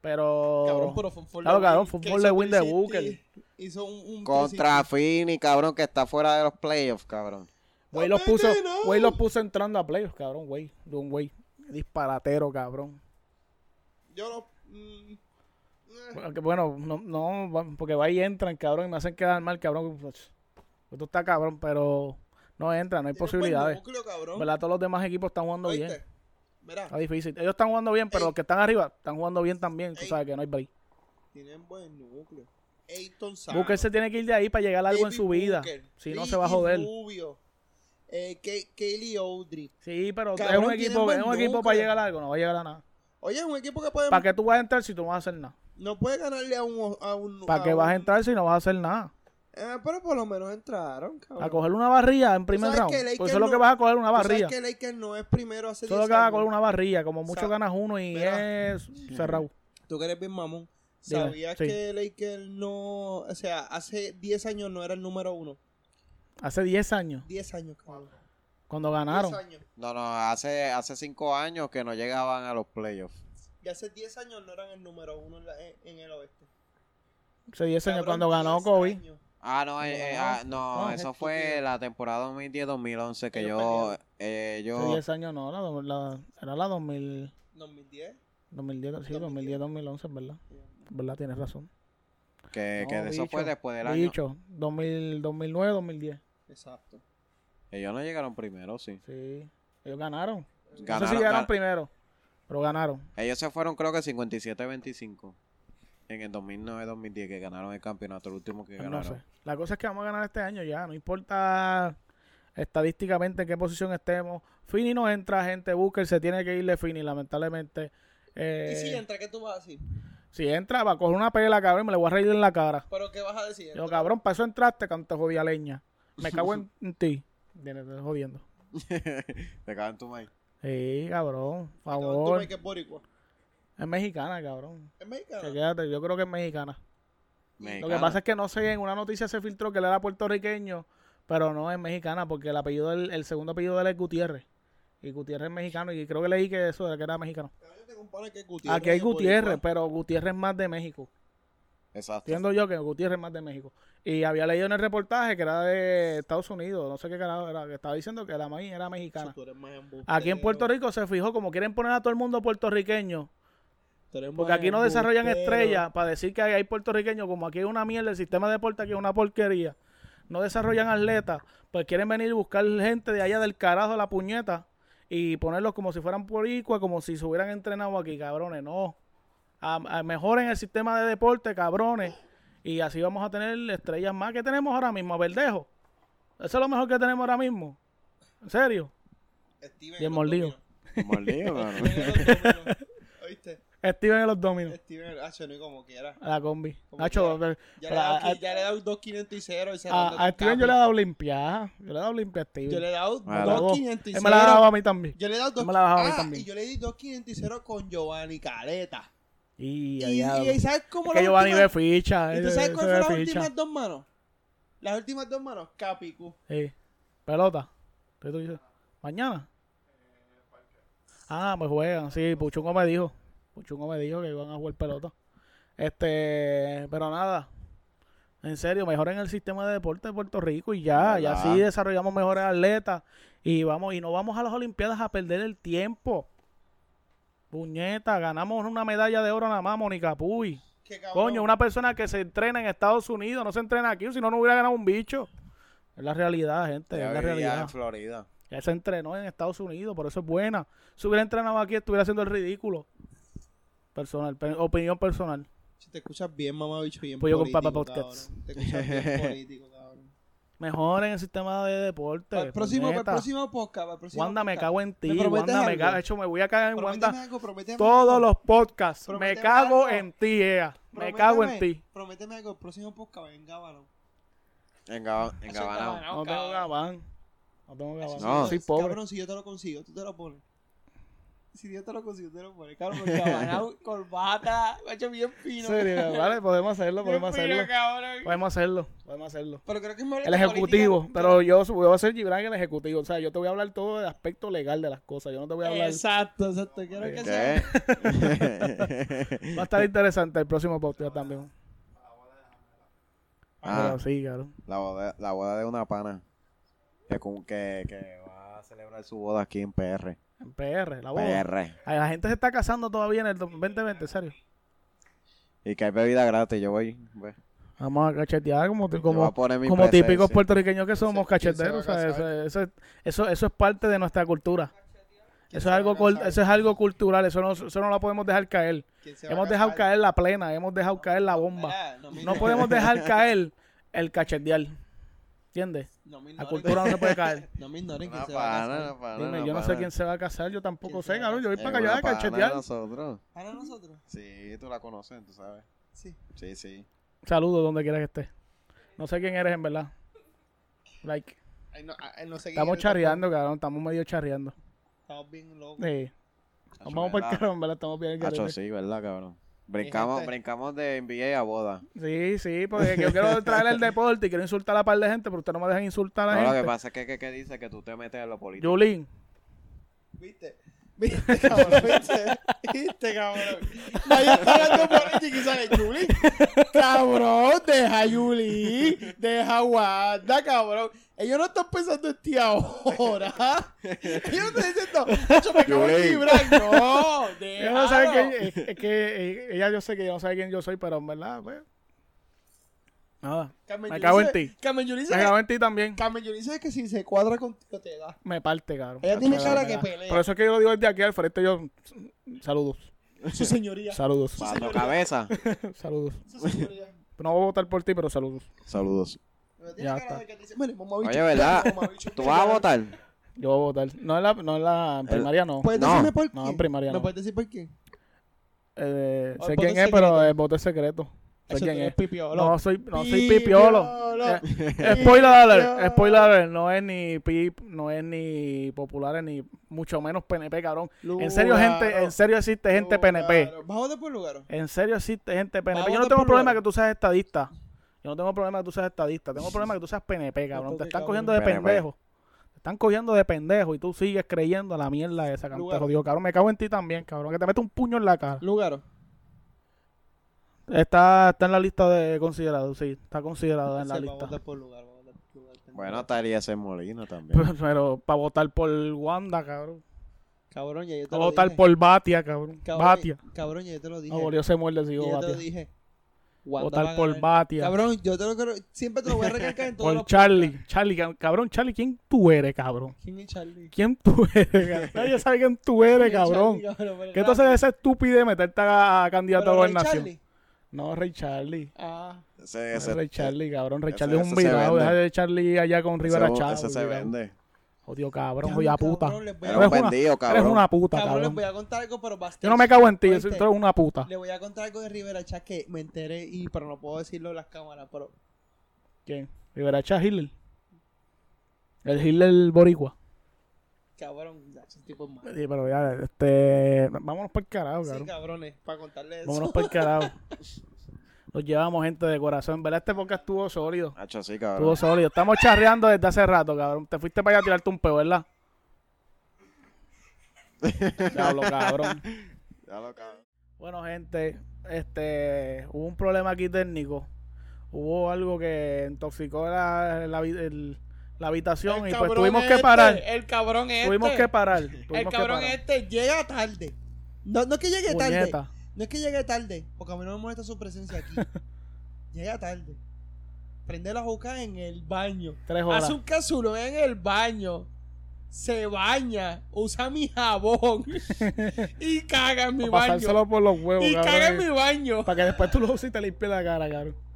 Pero... Cabrón, pero fue un for Oh. Claro, the cabrón, win, fue un que for the hizo win de 360, Hizo un... un Contra Phoenix, cabrón, que está fuera de los playoffs, cabrón. Güey los puso, Obviamente no. güey los puso entrando a playoffs, cabrón, güey. De un güey disparatero, cabrón. 360. Yo no... mm, eh, Bueno, que bueno, no, no, va- porque va y entran, cabrón, y me hacen quedar mal, cabrón. Pues, Esto está cabrón, pero no entran, no hay tiene posibilidades. buen núcleo, cabrón. ¿Verdad? Todos los demás equipos están jugando bien. ¿Oíste? Mira, Está difícil. Ellos están jugando bien, pero Ey. los que están arriba están jugando bien también. Tú Ey. sabes que no hay break. tienen buen núcleo. Ayton Sano. Booker se tiene que ir de ahí para llegar a algo en David su vida. Booker, Si no, se va a Ricky joder. Rubio, eh, Ke- Kelly Oudry. Sí, pero Cabrón, es un tienen equipo, buen es un equipo núcleo. para llegar a algo, no va a llegar a nada. Oye, es un equipo que puede, ¿Para qué tú vas a entrar si tú no vas a hacer nada? no puede ganarle a un... A un ¿Para qué un- vas a entrar si no vas a hacer nada? Eh, pero por lo menos entraron, cabrón. A coger una barrilla en primer sabes round. que Lakers Pues eso es lo no- que vas a coger una Tú sabes barrilla. que Lakers no es primero hace 10 Solo que vas a años. coger una barrilla, como mucho Sa- ganas uno y Mira. es cerrado. Tú que eres bien mamón. Dime, ¿Sabías sí. que Lakers no... O sea, hace 10 años no era el número uno. Hace 10 años, 10 años, cabrón. cuando 10 ganaron. años. No, no, hace, hace cinco años que no llegaban a los playoffs. Y hace 10 años no eran el número uno en, la- en- en el oeste. Hace 10 años, Cabrón, cuando ganó 10 Kobe. años. Ah, no, eh, eh, ah, no, No, es eso estúpido. fue la temporada 2010-2011 que Ellos yo, perdieron. eh, Hace yo, 10 años no, la, do- la- era la 2000, 2010. 2010, sí, 2010, 2011, ¿verdad? ¿Verdad? Tienes razón. que, No, que eso bicho, fue después del año. Dicho, 2000, 2009, 2010. Exacto. Ellos no llegaron primero, sí. Sí, ellos ganaron. no sé si Ganaron, llegaron gan- primero, pero ganaron. Ellos se fueron creo que 57-25 en el 2009-2010 que ganaron el campeonato, el último que Ah, No ganaron. sé. La cosa es que vamos a ganar este año ya. No importa estadísticamente en qué posición estemos. Fini no entra, gente. Booker se tiene que irle Fini, lamentablemente. Eh, ¿Y si entra, qué tú vas a decir? si entra, va a coger una pela, cabrón, y me le voy a reír en la cara. ¿Pero qué vas a decir? Yo, cabrón, para eso entraste, cuando te jodía leña. Me cago en, en ti. Viene, te estoy jodiendo. Te cagan tu maíz. Sí, cabrón, por Cabrón, tú favor. me que es boricua. Es mexicana, cabrón. Es mexicano. Que quédate, yo creo que es mexicana. Lo que Mexicana. pasa es que no sé, en una noticia se filtró que él era puertorriqueño, pero no es mexicana, porque el apellido del- el segundo apellido de él es Gutiérrez. Y Gutiérrez es mexicano, y creo que leí que eso era que era mexicano. Cabrón, yo tengo un pana que es Gutiérrez. Aquí hay es boricua. Gutiérrez, pues, pero Gutiérrez es más de México. Exacto. Entiendo yo que Gutiérrez es más de México. Y había leído en el reportaje que era de Estados Unidos, no sé qué carajo era, que estaba diciendo que la maíz era Eso, mexicana. tú eres más embustero. Aquí en Puerto Rico se fijó, como quieren poner a todo el mundo puertorriqueño, Tú eres porque más aquí no desarrollan embustero. estrellas para decir que hay, hay puertorriqueños, como aquí hay una mierda, el sistema de deporte aquí es una porquería. No desarrollan atletas, pues quieren venir y buscar gente de allá del carajo de la puñeta y ponerlos como si fueran puericua, como si se hubieran entrenado aquí, cabrones, no. A- a- mejoren el sistema de deporte, cabrones, y así vamos a tener estrellas más que tenemos ahora mismo, a Verdejo. Eso es lo mejor que tenemos ahora mismo. ¿En serio? Steven Bien los mordido. dominó. Mordido, cabrón. Steven los dominó. ¿Oíste? Steven en los dominos. Steven, hacho, ni como quiera. A la combi. Como Nacho, Ya pero a, le he dado 2, 500 y 0 y a- cerrando a con Steven Capi. yo le he dado limpiada. Yo le he dado limpia a Steven. Yo le he dado Ah, la dos. 2, 500 y Él me la ha dado 0. a mí también. Yo le he dado 2, me la bajaba a mí ah, también. y yo le di 2, 500 y 0 con Giovanni Caleta. Y, Y, a diablo. y, y ¿sabes cómo Es que la Giovanni última- ve ficha. ¿Y ese- tú sabes ese cuáles ve fueron las ficha. últimas dos manos? Las últimas dos manos, Capicu. Sí. Eh, Pelota. ¿Qué tú dices? ¿Mañana? Ah, pues juegan. Sí, Puchungo me dijo. Puchungo me dijo que iban a jugar pelota. Este, pero nada. En serio, mejoren el sistema de deporte de Puerto Rico y ya, y ¿Verdad? así desarrollamos mejores atletas y vamos y no vamos a las Olimpiadas a perder el tiempo. Puñeta, ganamos una medalla de oro nada más, Mónica Puy. Que cabrón. Coño, una persona que se entrena en Estados Unidos, no se entrena aquí, si no, no hubiera ganado un bicho. Es la realidad, gente, Ya es la vivía realidad. en Florida. Ya se entrenó en Estados Unidos, por eso es buena. Si hubiera entrenado aquí, estuviera haciendo el ridículo. Personal, pe- opinión personal. Si te escuchas bien, mamá, bicho, bien Pollo Pues con político, papa podcast. cabrón. Te escuchas bien político, cabrón. Mejoren el sistema de deporte. Para el próximo, para el puñeta. próximo podcast, para el próximo Wanda, me podcast. cago en ti. ¿Me prometes Wanda, me algo? cago. De hecho, me voy a cagar en Prométeme Wanda algo, prométeme todos algo. los podcasts. Me Prométeme cago algo. en ti, Ea. Me cago en Prométeme- ti. Prométeme algo, el próximo podcast venga, varón. En, Gaba- en Eso Gabanao. está No tengo gabán. No tengo gabán. No. Soy pobre. Cabrón, si yo te lo consigo, tú te lo pones. Si yo te lo consigo, tú te lo pones. Cabrón, porque Gabanao, corbata, me ha hecho bien fino. Serio, vale, podemos hacerlo, podemos Bien fino, hacerlo. cabrón. Podemos hacerlo, podemos hacerlo. Pero creo que es más El ejecutivo, pero yo su- voy a ser Gibran el ejecutivo. O sea, yo te voy a hablar todo del aspecto legal de las cosas. Yo no te voy a hablar. Exacto, exacto. Quiero que sea. ¿Qué? Va a estar interesante el próximo podcast también. Ah, Pero sí, claro. la, boda, la boda de una pana. Que, cum- que, que va a celebrar su boda aquí en PR. En PR, la boda. PR. Ay, La gente se está casando todavía en el 2020, serio. Y que hay bebida gratis. Yo voy. ve. Vamos a cachetear como, Yo voy a como, poner mi como típicos presencia. puertorriqueños que somos, Sí, ¿quién se va cacheteros. o a sea, eso, casar? eso- eso- eso es parte de nuestra cultura. Eso es, algo, va a cul- casar? eso es algo cultural, eso no, eso no lo podemos dejar caer. ¿Quién se va a Hemos dejado casar? caer la plena, hemos dejado caer la bomba. Ah, No, me No ignores. podemos dejar caer el cachetear. ¿Entiendes? No me La ignoren, cultura no se puede caer. No me ignoren que Una se va a pana, casar. una pana, Dime, una yo no sé pana. quién se va a casar, yo tampoco ¿Quién sé, se va a cabrón. Yo voy Es para allá una a pana de cachetear. nosotros. ¿Para Ah, nosotros? Sí, tú la conoces, tú sabes. Sí. Sí, sí. Saludos donde quiera que estés. No sé quién eres en verdad. Like, Ay, no, ah, no sé estamos quién- charreando, cabrón. Estamos medio charreando. Estamos bien locos. Sí. Nos vamos por el carro, en verdad. Estamos bien. Hacho, garete. sí, ¿verdad, cabrón? Brincamos, gente. brincamos de NBA a boda. Sí, sí, porque yo quiero traer el deporte y quiero insultar a par de gente, pero ustedes no me dejan insultar a la No, lo que gente. pasa es que, que, que dice que tú te metes en lo político. Julín, ¿Viste? ¿Viste, cabrón? ¿Viste? ¿Viste, cabrón? Nadie está hablando política y sale Yuli. Cabrón, deja a Yuli. Deja a Wanda, cabrón. Ellos no están pensando en ti ahora. Ellos no están diciendo, "Acho, me cago en Yuli. Gibran". No, ella no sabe déjalo. quién- es, es que eh, ella yo sé que ella no sabe quién yo soy, pero en verdad, pues. Nada. Carmen Me Yulín cago en se- ti. Carmen Yulín se- Me cago en ti también. Carmen Yulín sabe que si se cuadra contigo te da. Me parte, cabrón. Ella tiene Me cara da- me que da. pelea. Por eso es que yo lo digo desde aquí al frente. Yo. Saludos. Su señoría. Saludos. Pato cabeza. saludos. Su señoría. No voy a votar por ti, pero saludos. Saludos. Pero tiene Ya cara está. de que te dice, "Mire, mamabicho, Oye, ¿verdad? mamabicho". ¿Tú vas a votar? Yo voy a votar. No en la, no en la en El- primaria, no. ¿Puedes No. decirme por qué? No, en primaria ¿Me no. puedes decir por qué? Eh, O sé el quién pues, voto es, pero secreto. el voto es secreto. Sé Eso quién tú es. eres pipiolo. No soy, no soy pipiolo. Eh, spoiler alert, spoiler alert, no es ni pip, no es ni populares, ni mucho menos PNP, cabrón. En serio, gente, en serio existe gente PNP. Vamos de por lugar. En serio existe gente PNP. Vamos Yo no de tengo por problema lugar. que tú seas estadista. Yo no tengo problema que tú seas estadista. Tengo problema que tú seas PNP, cabrón. Te Bastante están cabrón. cogiendo de PNP. pendejo. Te están cogiendo de pendejo y tú sigues creyendo a la mierda esa, cabrón. Te Lugar. jodió, cabrón. Me cago en ti también, cabrón. Que te mete un puño en la cara. Lugaro. Está, está en la lista de considerados, sí. Está considerado en la Sí, lista. Vamos de por lugar. Vamos de por lugar. Bueno, estaría ese Molina también. Pero, para votar por Wanda, cabrón. Cabrón, ya yo te Para lo votar dije. por Batia, cabrón. Cabrón, Batia. Cabrón, ya yo te lo dije. No, volvió se muerde si Ya digo yo te lo Batia. dije. Wanda va Votar a por ganar. Batia. Cabrón, yo te lo creo- siempre te lo voy a recalcar en todos por los Charlie. Charlie, ca- cabrón, Charlie, ¿quién tú eres, cabrón? ¿Quién es Charlie? ¿Quién tú eres? cabrón? Nadie sabe quién tú eres, ¿Quién es cabrón. Charlie, cabrón? Pero ¿Qué tú haces nada. de esa estúpida de meterte a, a candidato a Pero no es gobernación? Charlie. No, Rey Charlie. Ah. Ese, No es Rey ese, Charlie, cabrón. Rey ese- Charlie es un ese se virado. vende. Deja de Charlie allá con Rivera ese- Chávez. ese se virado. vende. Jodido cabrón, jodida puta. Cabrón, les voy a- Era un una- vendido, Eres cabrón. una puta, cabrón, les cabrón. voy a contar algo, pero bastante. Yo no me cago en ti, yo soy Oíste. tú eres una puta. Le voy a contar algo de Rivera Chat que me enteré, y, pero no puedo decirlo en las cámaras. Pero ¿Quién? Rivera Chá Hitler. El Hitler boricua. cabrón, ya, ese tipo es malo. Sí, pero ya, este... Vámonos para el carajo, Sí, cabrón. cabrones, para contarles eso. Vámonos para el carajo. Los llevamos, gente, de corazón. ¿Verdad? Este podcast estuvo sólido. Hacho, sí, cabrón. Estuvo sólido. Estamos charreando desde hace rato, cabrón. Te fuiste para allá a tirarte un peo, ¿verdad? Diablo, cabrón. Ya lo cabrón. Bueno, gente, este, hubo un problema aquí técnico. Hubo algo que intoxicó la, la vi- el- la habitación El y pues cabrón tuvimos que este, parar. El cabrón este. Tuvimos que parar. Tuvimos El cabrón que parar. este llega tarde. No, no es que llegue tarde. Puñeta. No es que llegue tarde, porque a mí no me molesta su presencia aquí. Llega tarde. Prende la boca en el baño. Tres horas. Hace un casulón en el baño. Se baña. Usa mi jabón. y caga en mi Para pasárselo baño. por eh. los huevos, Y cabrón, caga en mi baño. Para que después tú lo uses y te limpies la cara, cabrón.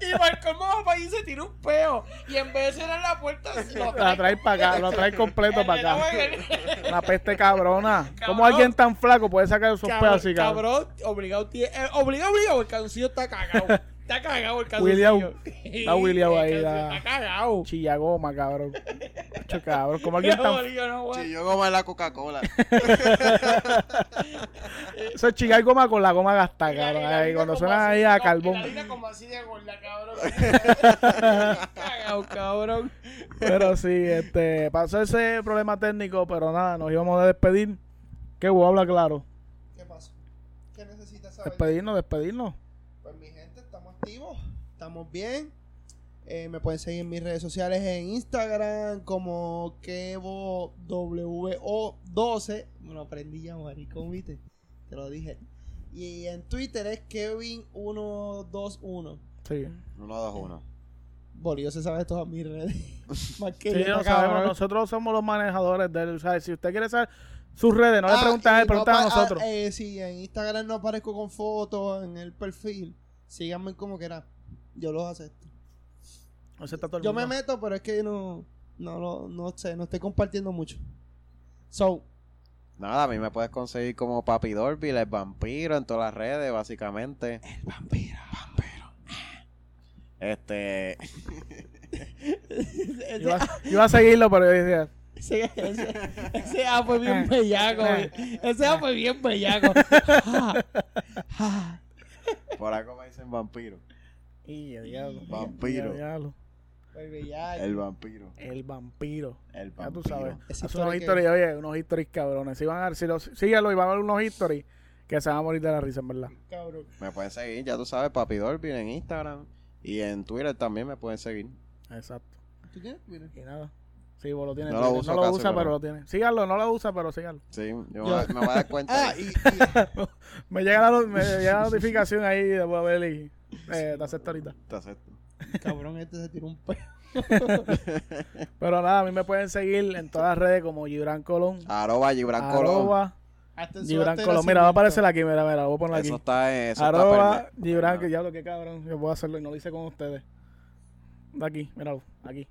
Y para el colmo va para allí y se tira un peo. Y en vez de cerrar la puerta, lo Lo traes para acá, lo traes completo el para acá. rabo en el- Una peste cabrona. ¿Cómo Cabrón. alguien tan flaco puede sacar esos Cabrón, pedos así, cabrón? cabrón, obligado, tie- eh, obligado, obligado, el calzoncillo está cagado. Está cagado el calzoncillo. William. Está William El ahí, calzoncillo da. Está cagado. Chillagoma, cabrón. Hacho, cabrón. ¿Cómo alguien tan Obligado, no, güey. Sí, yo como la Coca-Cola. Eso es chingar goma con la goma gastada, cabrón. Y la Ahí, harina cuando como suena así, ahí a no, carbón. y La harina como así de gorda, cabrón. cagado, cabrón. Pero sí, este, pasó ese problema técnico, pero nada, nos íbamos a despedir. Que hubo habla claro. ¿Qué pasó? ¿Qué necesitas saber? Despedirnos, despedirnos. Pues mi gente, estamos activos, estamos bien. Eh, me pueden seguir en mis redes sociales en Instagram como KevoWO12. Me lo aprendí ya, maricón, viste. Te lo dije. Y en Twitter es Kevin121. Sí. Uno, dos, uno. Bolillo se sabe todas mis redes. Más que Sí, yo, no cabrón. ¿eh? sabemos, nosotros somos los manejadores de él. O sea, si usted quiere saber sus redes, no le Ah, preguntan a y él, preguntan a pa- ah, nosotros. eh, si en Instagram no aparezco con fotos, en el perfil, síganme como quieran. Yo los acepto. Eso está todo el Yo me mundo. meto, pero es que no, no, lo- no sé, no estoy compartiendo mucho. So, Nada, a mí me puedes conseguir como Papi Dorby, el vampiro en todas las redes, básicamente. el vampiro. Este. ese, Yo iba, yo iba a seguirlo, pero yo decía, ese, ese, ese A fue bien bellaco. Eh, güey. Ese A fue bien bellaco. Ah, Ja, ja. Por algo me dicen vampiro. "Y, diablo, Vampiro. y, diablo, Fue bellaco. El vampiro. El vampiro. El Ya tú vampiro. sabes. Ese Hace unos story que- historias, oye, unos histories cabrones. Si van a, si los, síguelo y van a ver unos histories que se van a morir de la risa, en verdad. Cabrón. Me pueden seguir, ya tú sabes, Papi Dorby en Instagram. Y en Twitter también me pueden seguir. Exacto. ¿Tú tienes? Mira. Y nada. Sí, vos lo tiene. No Twitter. lo uso no lo casi, usa, pero... pero- lo tiene. Sígalo, no lo usa, pero sígalo. Sí, yo, Me, me voy a dar cuenta. Ah, y, y- Me llega la, no- me llega la notificación ahí de ver y eh, te acepto ahorita. Te acepto. cabrón, este se tiró un peo. Pero nada, a mí me pueden seguir en todas las redes como Gibran Colón. Arroba Ah, Gibran Colón. Arroba Hasta en su Gibran acta de Colón. Mira, va a este nacimiento. aparecer aquí, mira, mira, voy a ponerlo Eso aquí. está en. Eso está Arroba perme- Gibran, que diablo, qué cabrón. Yo puedo hacerlo y no lo hice con ustedes. De aquí, míralo, aquí.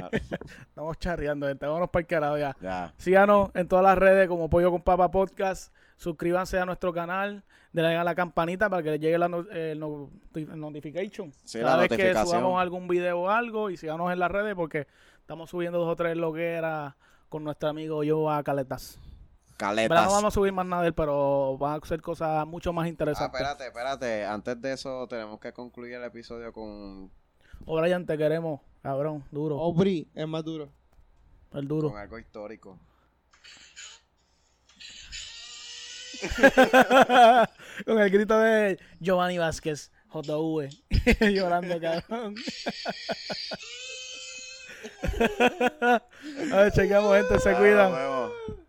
Ah. Estamos charreando, gente. Vámonos para el carajo ya. Ya. Síganos en todas las redes como Pollo con Papa Podcast. Suscríbanse a nuestro canal. Denle a la campanita para que les llegue la no- eh, no- notification. Sí, Cada la vez que notificación. subamos algún video o algo. Y síganos en las redes porque estamos subiendo dos o tres logueras con nuestro amigo yo a Caletas. En verdad Caletas. no vamos a subir más nada de él, pero van a ser cosas mucho más Ah, interesantes. espérate, espérate. Antes de eso, tenemos que concluir el episodio con, O'Brien, Oh, te queremos, cabrón. Duro, Oh. Aubrey, es más duro. el duro. con algo histórico. Con el grito de Giovanni Vázquez, JV, llorando, cabrón. a ver, chequeamos, gente, se Ah, cuidan. nos vemos.